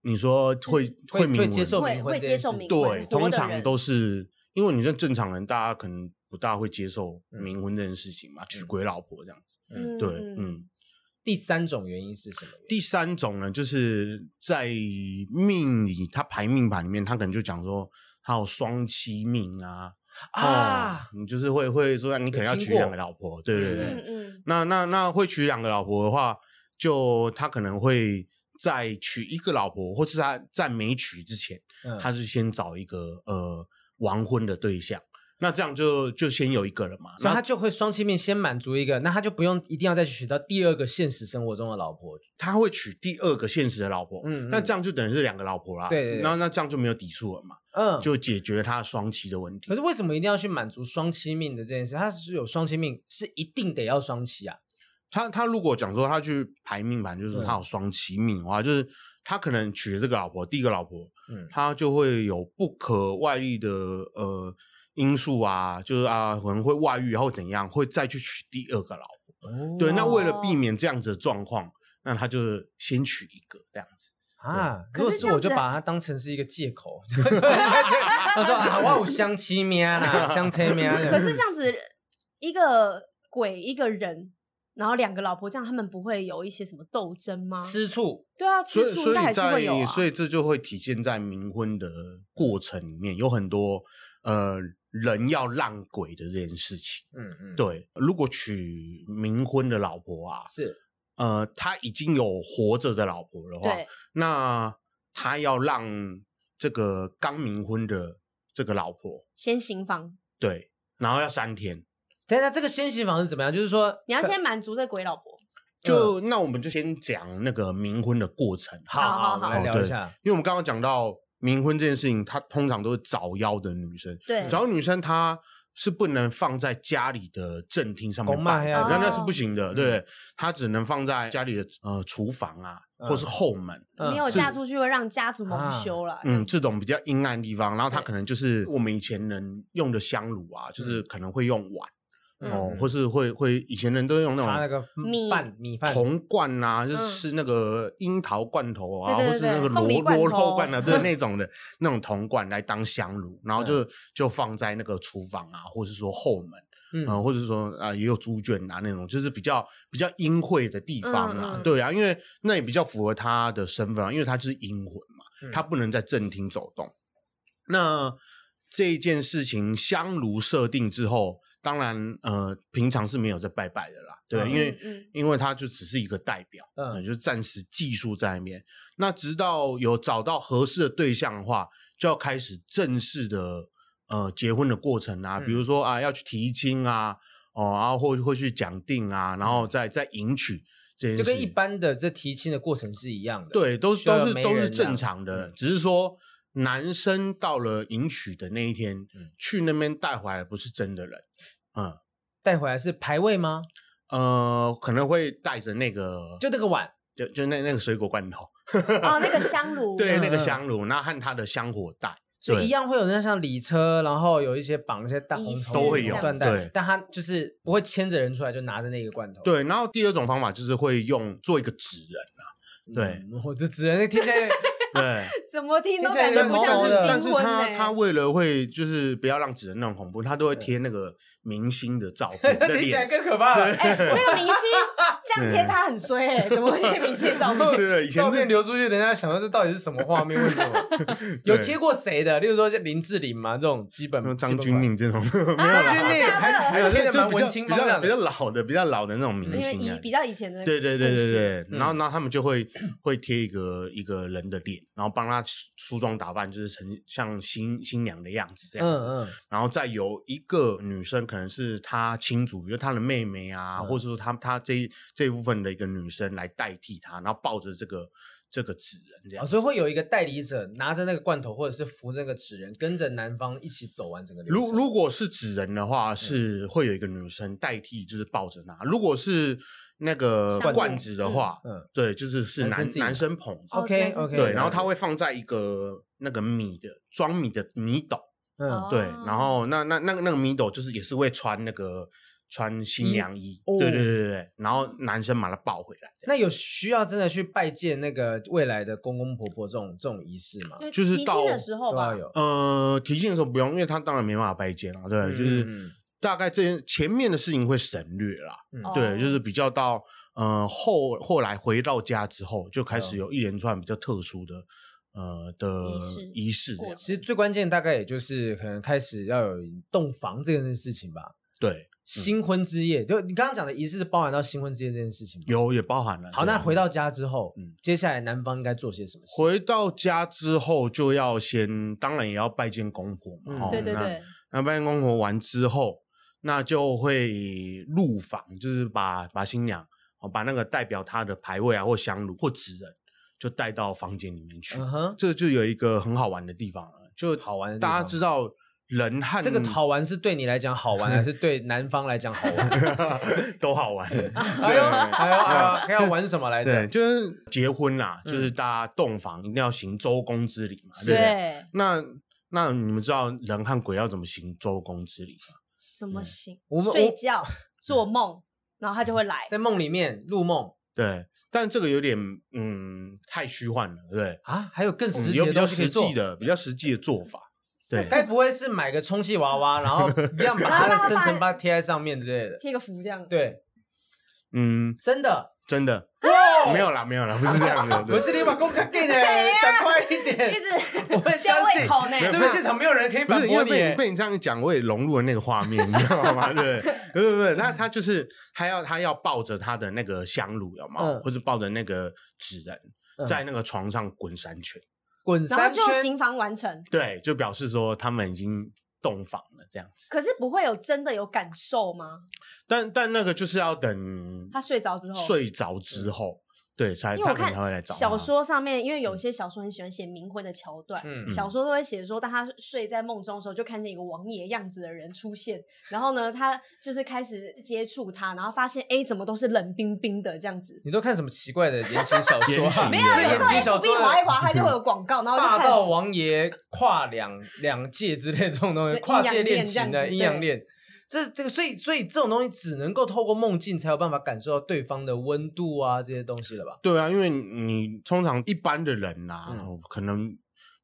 Speaker 2: 你说会
Speaker 1: 嗯会
Speaker 2: 冥
Speaker 1: 会
Speaker 2: 婚
Speaker 1: 接受冥
Speaker 3: 会
Speaker 1: 婚
Speaker 3: 会
Speaker 1: 这
Speaker 3: 接
Speaker 1: 件
Speaker 3: 受
Speaker 1: 事
Speaker 3: 冥婚
Speaker 2: 对，
Speaker 3: 活
Speaker 2: 通
Speaker 3: 的
Speaker 2: 常
Speaker 3: 人
Speaker 2: 都是因为你像正常人，大家可能不大会接受
Speaker 1: 嗯
Speaker 2: 冥婚这件事情嘛，娶
Speaker 1: 嗯
Speaker 2: 鬼老婆这样子。
Speaker 1: 嗯
Speaker 2: 对，嗯。
Speaker 1: 第三种原因是什么原因？
Speaker 2: 第三种呢，就是在命理，它排命盘里面，它可能就讲说，还有双妻命啊，
Speaker 1: 啊
Speaker 2: 哦，你就是会会说，你可能要娶
Speaker 1: 有听过
Speaker 2: 两个老婆，对对对。
Speaker 3: 嗯嗯，
Speaker 2: 那那那会娶两个老婆的话，就他可能会在娶一个老婆，或是他在没娶之前，
Speaker 1: 嗯
Speaker 2: 他是先找一个呃完婚的对象，那这样就就先有一个人嘛。
Speaker 1: 所以
Speaker 2: 那
Speaker 1: 他就会双亲面先满足一个，那他就不用一定要再娶到第二个现实生活中的老婆。
Speaker 2: 他会娶第二个现实的老婆，
Speaker 1: 嗯嗯
Speaker 2: 那这样就等于是两个老婆啦。
Speaker 1: 对对对
Speaker 2: 那那这样就没有抵触了嘛，
Speaker 1: 嗯，
Speaker 2: 就解决了他的双妻的问题
Speaker 1: 可。是为什么一定要去满足双妻命的这件事？他是有双妻命，是一定得要双妻啊？
Speaker 2: 他他如果讲说他去排命盘，就是说
Speaker 1: 嗯
Speaker 2: 他有双妻命的话，就是他可能娶了这个老婆，第一个老婆，
Speaker 1: 嗯
Speaker 2: 他就会有不可外力的呃因素啊，就是啊可能会外遇，然后怎样，会再去娶第二个老婆。哦对，那为了避免这样子的状况，那他就是先娶一个这样子。
Speaker 1: 啊，
Speaker 3: 可
Speaker 1: 如果
Speaker 3: 是
Speaker 1: 是
Speaker 3: 这样
Speaker 1: 我就
Speaker 3: 子
Speaker 1: 把它当成是一个借口。 他说啊，我有相妻命啊啦，相妻命。
Speaker 3: 嗯可是这样子，一个鬼一个人，然后两个老婆，这样他们不会有一些什么斗争吗？
Speaker 1: 吃醋，
Speaker 3: 对啊，
Speaker 2: 所
Speaker 3: 吃
Speaker 2: 以，
Speaker 3: 醋应
Speaker 2: 所
Speaker 3: 该还
Speaker 2: 以
Speaker 3: 是会有
Speaker 2: 在
Speaker 3: 啊。
Speaker 2: 所以这就会体现在冥婚的过程里面，有很多呃人要让鬼的这件事情。
Speaker 1: 嗯嗯，，
Speaker 2: 对，如果娶冥婚的老婆啊，
Speaker 1: 是
Speaker 2: 呃，他已经有活着的老婆的话
Speaker 3: 对，，
Speaker 2: 那他要让这个刚冥婚的这个老婆，
Speaker 3: 先行房，
Speaker 2: 对，然后要三天，
Speaker 3: 嗯
Speaker 1: 等一下这个先行房是怎么样？就是说
Speaker 3: 你要先满足这鬼老婆。
Speaker 2: 就、那我们就先讲那个冥婚的过程，
Speaker 1: 好
Speaker 3: 好好
Speaker 1: 我们来
Speaker 2: 哦
Speaker 3: 好
Speaker 1: 聊一下。
Speaker 2: 因为我们刚刚讲到冥婚这件事情，它通常都是早夭的女生，
Speaker 3: 对，
Speaker 2: 早夭女生她。是不能放在家里的正厅上面
Speaker 1: 公啊嗯妈
Speaker 2: 办的，
Speaker 1: 呀
Speaker 2: 那那
Speaker 3: 哦
Speaker 2: 是不行的，对不对？她只能放在家里的呃厨房啊，或
Speaker 1: 嗯
Speaker 2: 是后门，
Speaker 1: 嗯
Speaker 3: 没有嫁出去会让家族蒙羞了。
Speaker 2: 嗯，这种比较阴暗的地方，然后它
Speaker 3: 对
Speaker 2: 可能就是我们以前人用的香炉啊，就是可能会用碗、
Speaker 1: 嗯
Speaker 2: 哦，或是会会以前人都用
Speaker 1: 插那
Speaker 2: 那种
Speaker 1: 个
Speaker 3: 米
Speaker 1: 饭米饭，
Speaker 2: 铜罐啊，就
Speaker 3: 嗯
Speaker 2: 是吃那个樱桃罐头啊，
Speaker 3: 对对对
Speaker 2: 或是那个
Speaker 3: 凤梨
Speaker 2: 螺
Speaker 3: 罐
Speaker 2: 螺
Speaker 3: 头
Speaker 2: 肉罐啊， 对那种的那种铜罐来当香
Speaker 3: 嗯
Speaker 2: 炉，然后就、就放在那个厨房啊，或是说后门，
Speaker 1: 嗯
Speaker 2: 嗯、或者说啊、也有猪圈啊那种，就是比较比较阴晦的地方啦、
Speaker 3: 嗯嗯
Speaker 2: 对啊，因为那也比较符合他的身份啊，因为他就是阴魂嘛，
Speaker 1: 嗯
Speaker 2: 他不能在正厅走动。那这一件事情香炉设定之后，当然呃，平常是没有在拜拜的啦，对，
Speaker 1: 嗯
Speaker 2: 因为
Speaker 3: 嗯嗯
Speaker 2: 因为他就只是一个代表，
Speaker 1: 嗯
Speaker 2: 嗯、就是暂时技术在那边。那直到有找到合适的对象的话，就要开始正式的呃结婚的过程啊，
Speaker 1: 嗯
Speaker 2: 比如说啊要去提亲啊，哦，然后或会去讲定啊，然后再再迎娶这件事
Speaker 1: 嗯就
Speaker 2: 情，
Speaker 1: 跟一般的这提亲的过程是一样的。，
Speaker 2: 对都是
Speaker 1: 需要
Speaker 2: 都是
Speaker 1: 媒
Speaker 2: 都是
Speaker 1: 人这样
Speaker 2: 正常的，
Speaker 1: 嗯
Speaker 2: 只是说男生到了迎娶的那一天，
Speaker 1: 嗯
Speaker 2: 去那边带回来的不是真的人，嗯
Speaker 1: 带回来是排位吗？
Speaker 2: 呃，可能会带着那个
Speaker 1: 就那个碗，
Speaker 2: 就就那那个水果罐头，
Speaker 3: 哦，那个香炉，
Speaker 2: 对，那
Speaker 1: 嗯
Speaker 2: 个
Speaker 1: 嗯
Speaker 2: 香炉，那和他的香火袋，
Speaker 1: 所以
Speaker 2: 对
Speaker 1: 一样会有那像礼车，然后有一些绑一些大红
Speaker 3: 仪式
Speaker 1: 头
Speaker 2: 都会有
Speaker 1: 缎带
Speaker 2: 对，
Speaker 1: 但他就是不会牵着人出来，就拿着那个罐头。
Speaker 2: 对，然后第二种方法就是会用做一个纸人对
Speaker 1: 嗯，我这只能听起 来，
Speaker 2: 啊，对。
Speaker 3: 怎么听都
Speaker 1: 听起来
Speaker 3: 感
Speaker 1: 有
Speaker 3: 觉
Speaker 1: 点
Speaker 3: 不
Speaker 1: 毛
Speaker 3: 像
Speaker 1: 毛
Speaker 3: 是
Speaker 1: 的
Speaker 2: 但是
Speaker 3: 新婚
Speaker 2: 他他
Speaker 3: 呢。
Speaker 2: 为了会就是不要让纸人那么恐怖，他都会贴那个明星的 照片的
Speaker 1: 听起来
Speaker 2: 脸。
Speaker 1: 更可怕了。
Speaker 3: 哎，那个明星这
Speaker 2: 嗯
Speaker 3: 样贴他很衰哎，怎么会贴明星 的照片？
Speaker 2: 对对对，以前
Speaker 1: 照
Speaker 2: 是
Speaker 1: 片流出去，人家想到这到底是什么画面？为什 么有贴过谁的？例如说像林志玲嘛，这种基本
Speaker 2: 那种
Speaker 1: 基
Speaker 2: 张
Speaker 1: 本
Speaker 2: 钧
Speaker 1: 款
Speaker 2: 甯这种没 有
Speaker 1: 啊张
Speaker 2: 啦，
Speaker 1: 钧甯还还 有
Speaker 2: 有
Speaker 1: 贴
Speaker 2: 些
Speaker 1: 的
Speaker 2: 就
Speaker 1: 蛮
Speaker 2: 比较
Speaker 1: 文青
Speaker 2: 比
Speaker 1: 方
Speaker 2: 较
Speaker 1: 向
Speaker 2: 比
Speaker 1: 的
Speaker 2: 较。老的、比较老的那种明
Speaker 3: 因为
Speaker 2: 星啊
Speaker 3: 以，比较以前的
Speaker 2: 对对对
Speaker 3: 故
Speaker 2: 对
Speaker 3: 事
Speaker 2: 对，
Speaker 1: 嗯
Speaker 2: 然后然后他们就会会贴一个一个人的脸，然后帮他梳妆打扮，就是成像新新娘的样子这样
Speaker 1: 嗯
Speaker 2: 子，
Speaker 1: 嗯，
Speaker 2: 然后再由一个女生，可能是她亲族，就是她的妹妹啊，
Speaker 1: 嗯
Speaker 2: 或者说她她这一这一部分的一个女生来代替她，然后抱着这个这个纸人这
Speaker 1: 啊，
Speaker 2: 样子。
Speaker 1: 所以会有一个代理者拿着那个罐头，或者是扶着那个纸人，跟着男方一起走完整个流
Speaker 2: 如
Speaker 1: 程。
Speaker 2: 如果是纸人的
Speaker 1: 嗯
Speaker 2: 话，是会有一个女生代替，就是抱着她；如果是那个
Speaker 3: 像
Speaker 2: 罐
Speaker 3: 我
Speaker 2: 子的话，
Speaker 1: 嗯嗯
Speaker 2: 对，就是是
Speaker 1: 男生
Speaker 2: 男
Speaker 1: 自己拿
Speaker 2: 男生捧着，
Speaker 3: 哦
Speaker 1: OK
Speaker 3: 哦
Speaker 1: OK，
Speaker 2: 对，然后他会放在一个那个米的装米的米斗，
Speaker 1: 嗯
Speaker 3: 哦
Speaker 2: 对，然后那那那个那个米斗就是也是会穿那个穿新娘衣，
Speaker 1: 哦
Speaker 2: 对对对对对，然后男生把她抱回来，
Speaker 1: 那有需要真的去拜见那个未来的公公婆婆这种这种仪式吗？
Speaker 3: 因为
Speaker 2: 就是
Speaker 3: 提
Speaker 2: 到
Speaker 3: 亲的时候
Speaker 1: 都
Speaker 3: 吧
Speaker 1: 要，有。
Speaker 2: 呃，提亲的时候不用，因为他当然没办法拜见啊了，对，
Speaker 1: 嗯
Speaker 2: 就是大概这些前面的事情会省略啦，
Speaker 1: 嗯
Speaker 3: 哦
Speaker 2: 对，就是比较到呃后后来回到家之后，就开始
Speaker 1: 嗯
Speaker 2: 有一连串比较特殊的呃的
Speaker 3: 仪
Speaker 2: 仪式这
Speaker 3: 过
Speaker 2: 样
Speaker 3: 程
Speaker 2: 嗯
Speaker 1: 其实最关键大概也就是可能开始要有动房这件事情吧。
Speaker 2: 对，
Speaker 1: 新婚之夜，就你刚刚讲的仪式是包含到新婚之夜这件事情吗？
Speaker 2: 有也包含了。
Speaker 1: 好，
Speaker 2: 对啊
Speaker 1: 那回到家之后，
Speaker 2: 嗯
Speaker 1: 接下来男方应该做些什么事？
Speaker 2: 回到家之后就要先，当然也要拜见公婆嘛。
Speaker 1: 嗯
Speaker 2: 哦
Speaker 3: 对对
Speaker 2: 那
Speaker 3: 对，
Speaker 2: 那拜公婆完之后，那就会入房，就是把把新娘哦，把那个代表她的牌位啊，或香炉或纸人，就带到房间里面去。
Speaker 1: 嗯哼，
Speaker 2: 这就有一个很好玩的地方了，就
Speaker 1: 好玩的地
Speaker 2: 大家
Speaker 1: 方
Speaker 2: 知道人和
Speaker 1: 这个好玩是对你来讲好玩，还是对男方来讲好玩？
Speaker 2: 都好玩。
Speaker 1: 还有还有还哎有，要玩什么来
Speaker 2: 对，
Speaker 1: 着？
Speaker 2: 就是结婚啦，
Speaker 1: 嗯
Speaker 2: 就是大家洞房一定要行周公之礼嘛，
Speaker 1: 是
Speaker 2: 对不对？
Speaker 3: 对，
Speaker 2: 那那你们知道人和鬼要怎么行周公之礼吗？
Speaker 3: 怎
Speaker 2: 嗯
Speaker 3: 么醒
Speaker 1: 我们？我
Speaker 3: 睡 觉、做梦，然后他就会来。
Speaker 1: 在梦里面入梦
Speaker 2: 对，但这个有点嗯太虚幻了，对不对？
Speaker 1: 啊，还有更实
Speaker 2: 嗯
Speaker 1: 际
Speaker 2: 有
Speaker 1: 的
Speaker 2: 比较
Speaker 1: 东西可以
Speaker 2: 实
Speaker 1: 做
Speaker 2: 际。的、比较实际的做法。对，
Speaker 1: 该不会是买个充气娃娃，然 后一样把它的生辰八字贴在上面之类的？
Speaker 3: 贴个符这样，
Speaker 1: 对，
Speaker 2: 嗯，
Speaker 1: 真的
Speaker 2: 真的 没有啦，没有啦，不是这 样的，
Speaker 1: 不是你
Speaker 2: 对
Speaker 1: 把功课 给的，
Speaker 3: 呀
Speaker 1: 讲快一点
Speaker 3: 一，直
Speaker 1: 我会
Speaker 3: 吊
Speaker 1: 相
Speaker 3: 胃
Speaker 1: 信。
Speaker 3: 口呢。
Speaker 1: 这边现场没有人可以
Speaker 2: 不
Speaker 1: 反
Speaker 2: 是因
Speaker 1: 驳
Speaker 2: 为
Speaker 1: 你
Speaker 2: 被
Speaker 1: 耶。
Speaker 2: 被你这样一讲，我也融入了那个画面，你知道吗？ 对，不对不对，那他就是他要他要抱着他的那个香炉，有吗？
Speaker 1: 嗯
Speaker 2: 或者抱着那个纸人
Speaker 1: 嗯，
Speaker 2: 在那个床上滚三圈，
Speaker 1: 滚
Speaker 3: 然后
Speaker 1: 三
Speaker 3: 就
Speaker 1: 圈
Speaker 3: 行房完成，
Speaker 2: 对，就表示说他们已经洞房了这样子。
Speaker 3: 可是不会有真的有感受吗？
Speaker 2: 但但那个就是要等
Speaker 3: 他睡着之后，嗯
Speaker 2: 睡着之后，对，才
Speaker 3: 因为
Speaker 2: 他
Speaker 3: 我
Speaker 2: 可能
Speaker 3: 看
Speaker 2: 才会来找
Speaker 3: 小
Speaker 1: 啊
Speaker 2: 他。
Speaker 3: 说上面，因为有些小说很喜欢写冥婚的桥段，
Speaker 1: 嗯
Speaker 3: 小说都会写说，当他睡在梦中的时候，就看见一个王爷样子的人出现，然后呢，他就是开始接触他，然后发现哎，诶怎么都是冷冰冰的这样子。
Speaker 1: 你都看什么奇怪的言情小说
Speaker 2: 言
Speaker 1: 啊？
Speaker 2: 情
Speaker 3: 没
Speaker 2: 没
Speaker 1: 这言
Speaker 2: 有有
Speaker 3: 有，有时候
Speaker 1: 情小
Speaker 3: F B
Speaker 1: 说
Speaker 3: 划一
Speaker 1: 的
Speaker 3: 划，它就会 有广告，然后就
Speaker 1: 霸
Speaker 3: 看
Speaker 1: 道王爷跨两两界之类这种东西，
Speaker 3: 对
Speaker 1: 跨
Speaker 3: 阴
Speaker 1: 界恋
Speaker 3: 阳恋这
Speaker 1: 情
Speaker 3: 样
Speaker 1: 的
Speaker 3: 子
Speaker 1: 阴阳
Speaker 3: 对
Speaker 1: 恋。这这个，所以所以这种东西只能够透过梦境才有办法感受到对方的温度啊这些东西了吧？
Speaker 2: 对啊，因为你通常一般的人啊，
Speaker 1: 嗯
Speaker 2: 哦可能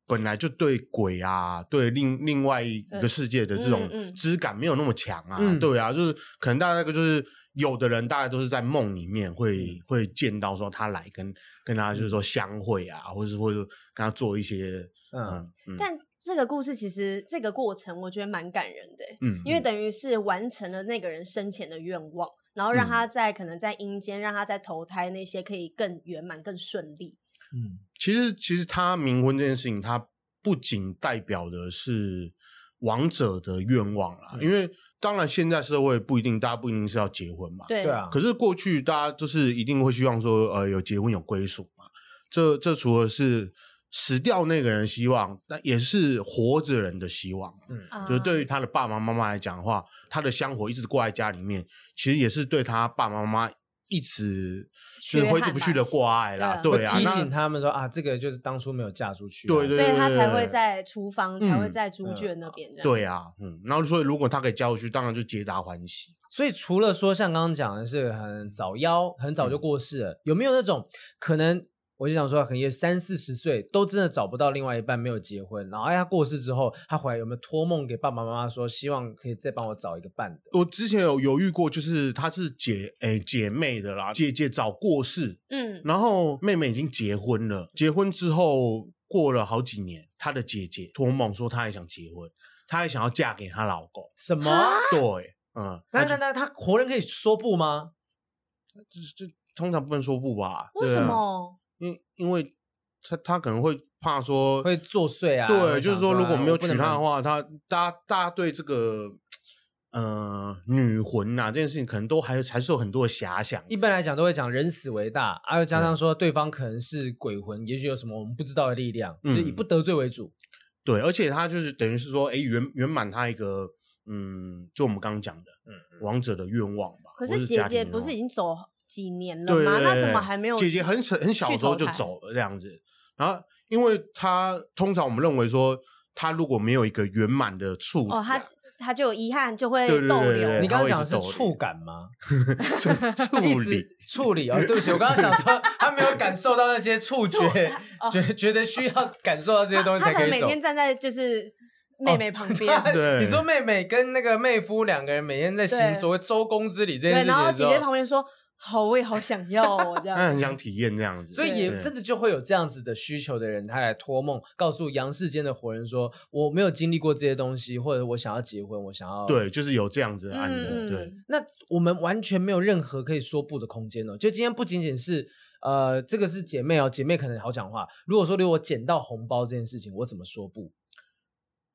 Speaker 2: 本来就对鬼啊，对另另外一个世界的这
Speaker 3: 嗯嗯
Speaker 2: 种
Speaker 3: 嗯
Speaker 2: 知感没有那么强啊。
Speaker 1: 嗯
Speaker 2: 对啊，就是可能大家那个就是有的人大概都是在梦里面会、
Speaker 3: 嗯
Speaker 2: 会见到说他来跟跟他就是说相会啊，或者或者跟他做一些
Speaker 1: 嗯
Speaker 2: 嗯嗯
Speaker 3: 但这个故事其实这个过程，我觉得蛮感人的欸、
Speaker 2: 嗯，
Speaker 3: 因为等于是完成了那个人生前的愿望，
Speaker 2: 嗯
Speaker 3: 然后让他在、可能在阴间，让他在投胎那些可以更圆满、更顺利。
Speaker 1: 嗯，
Speaker 2: 其实，其实他冥婚这件事情，它不仅代表的是王者的愿望啦，因为当然现在社会不一定，大家不一定是要结婚嘛。。
Speaker 3: 对
Speaker 1: 对啊，
Speaker 2: 可是过去大家就是一定会希望说，呃，有结婚有归属嘛。这这除了是死掉那个人的希望，那也是活着人的希望。
Speaker 1: 嗯
Speaker 3: 啊
Speaker 2: 就是对于他的爸爸妈妈来讲的话，他的香火一直挂在家里面，其实也是对他爸爸妈妈一直就是挥之不去的挂碍啦。
Speaker 3: 缺
Speaker 1: 会
Speaker 2: 对啊，
Speaker 1: 提
Speaker 2: 那
Speaker 1: 醒他们说啊，这个就是当初没有嫁出去啊，
Speaker 2: 对对
Speaker 3: 所以他才会
Speaker 2: 对
Speaker 3: 在厨房，才会
Speaker 2: 嗯
Speaker 3: 在猪
Speaker 1: 嗯
Speaker 3: 圈那边这样。
Speaker 2: 对啊，嗯，然后所以如果他可以交回去，当然就皆大欢喜。
Speaker 1: 所以除了说像刚刚讲的是很早夭，很
Speaker 2: 嗯
Speaker 1: 早就过世了，有没有那种可能？我就想说，可能也三四十岁都真的找不到另外一半，没有结婚，然后哎，他过世之后，他回来有没有托梦给爸爸妈妈说，希望可以再帮我找一个伴的？
Speaker 2: 我之前有犹豫过，就是她是姐诶、姐妹的啦，姐姐早过世，
Speaker 3: 嗯，
Speaker 2: 然后妹妹已经结婚了，结婚之后过了好几年，她的姐姐托梦说她也想结婚，她也想要嫁给她老公。
Speaker 1: 什
Speaker 3: 啊
Speaker 1: 么？
Speaker 2: 对，嗯，
Speaker 1: 那那那他活人可以说不吗？
Speaker 2: 这这通常不能说不吧？
Speaker 3: 为
Speaker 2: 对啊
Speaker 3: 什？么？
Speaker 2: 因因为她她可能会怕说
Speaker 1: 会作祟啊？
Speaker 2: 对，
Speaker 1: 会
Speaker 2: 就
Speaker 1: 想
Speaker 2: 是说，如
Speaker 1: 啊
Speaker 2: 果没有
Speaker 1: 我不
Speaker 2: 娶
Speaker 1: 能
Speaker 2: 她的
Speaker 1: 帮
Speaker 2: 话，她大家大家对这个呃女魂呐、这件事情，可能都还还是有很多的遐想。
Speaker 1: 一般来讲都会讲人死为大，还、有加上说对方可能是鬼魂，也许有什么我们不知道的力量，
Speaker 2: 嗯
Speaker 1: 就是以不得罪为主。
Speaker 2: 对，而且她就是等于是说，哎，圆圆满她一个嗯，就我们刚刚讲的，嗯，王者的愿望吧。
Speaker 3: 可
Speaker 2: 或
Speaker 3: 是
Speaker 2: 是
Speaker 3: 姐
Speaker 2: 家庭
Speaker 3: 姐
Speaker 2: 愿
Speaker 3: 不是
Speaker 2: 望
Speaker 3: 已经走几年了
Speaker 2: 对
Speaker 3: 吗？
Speaker 2: 对
Speaker 3: 那
Speaker 2: 对
Speaker 3: 怎么
Speaker 2: 对
Speaker 3: 还没有？
Speaker 2: 姐姐很小很小的时候就
Speaker 3: 去投胎
Speaker 2: 走了这样子，然后因为她通常我们认为说，她如果没有一个圆满的处
Speaker 3: 哦，她她就有遗憾，就会
Speaker 2: 啊对对
Speaker 3: 逗
Speaker 2: 对对
Speaker 3: 留
Speaker 1: 你。刚刚讲的
Speaker 2: 他
Speaker 1: 是
Speaker 2: 会一直
Speaker 1: 触感 吗？
Speaker 2: 处
Speaker 1: 一
Speaker 2: 理
Speaker 1: 直，处理哦，对不起，我刚刚想 说他没有感受到那些触觉，
Speaker 3: 哦
Speaker 1: 觉觉得需要感受到这些东西才
Speaker 3: 她可
Speaker 1: 可
Speaker 3: 能每
Speaker 1: 以走。
Speaker 3: 天站在就是
Speaker 2: 哦
Speaker 3: 妹 妹旁边，
Speaker 2: 对
Speaker 1: 你说妹妹跟那个妹夫两个人每天在行
Speaker 3: 对
Speaker 1: 所谓周公之礼这
Speaker 3: 对，
Speaker 1: 件事
Speaker 3: 然
Speaker 1: 情
Speaker 3: 后
Speaker 1: 的
Speaker 3: 姐
Speaker 1: 时
Speaker 3: 姐
Speaker 1: 候，
Speaker 3: 旁边说：“好，我也好想要 哦，这样。
Speaker 2: 他很哦嗯想体验这样子，
Speaker 1: 所以也
Speaker 2: 对
Speaker 1: 真的就会有这样子的需求的人，他来托梦，告诉阳世间的活人说：“我没有经历过这些东西，或者我想要结婚，我想要……”。
Speaker 2: 对，就是有这样子的案例，
Speaker 3: 嗯
Speaker 2: 对，
Speaker 1: 那我们完全没有任何可以说不的空间哦。就今天不仅仅是呃，这个是姐妹哦，姐妹可能好讲话。如果说如果我捡到红包这件事情，我怎么说不？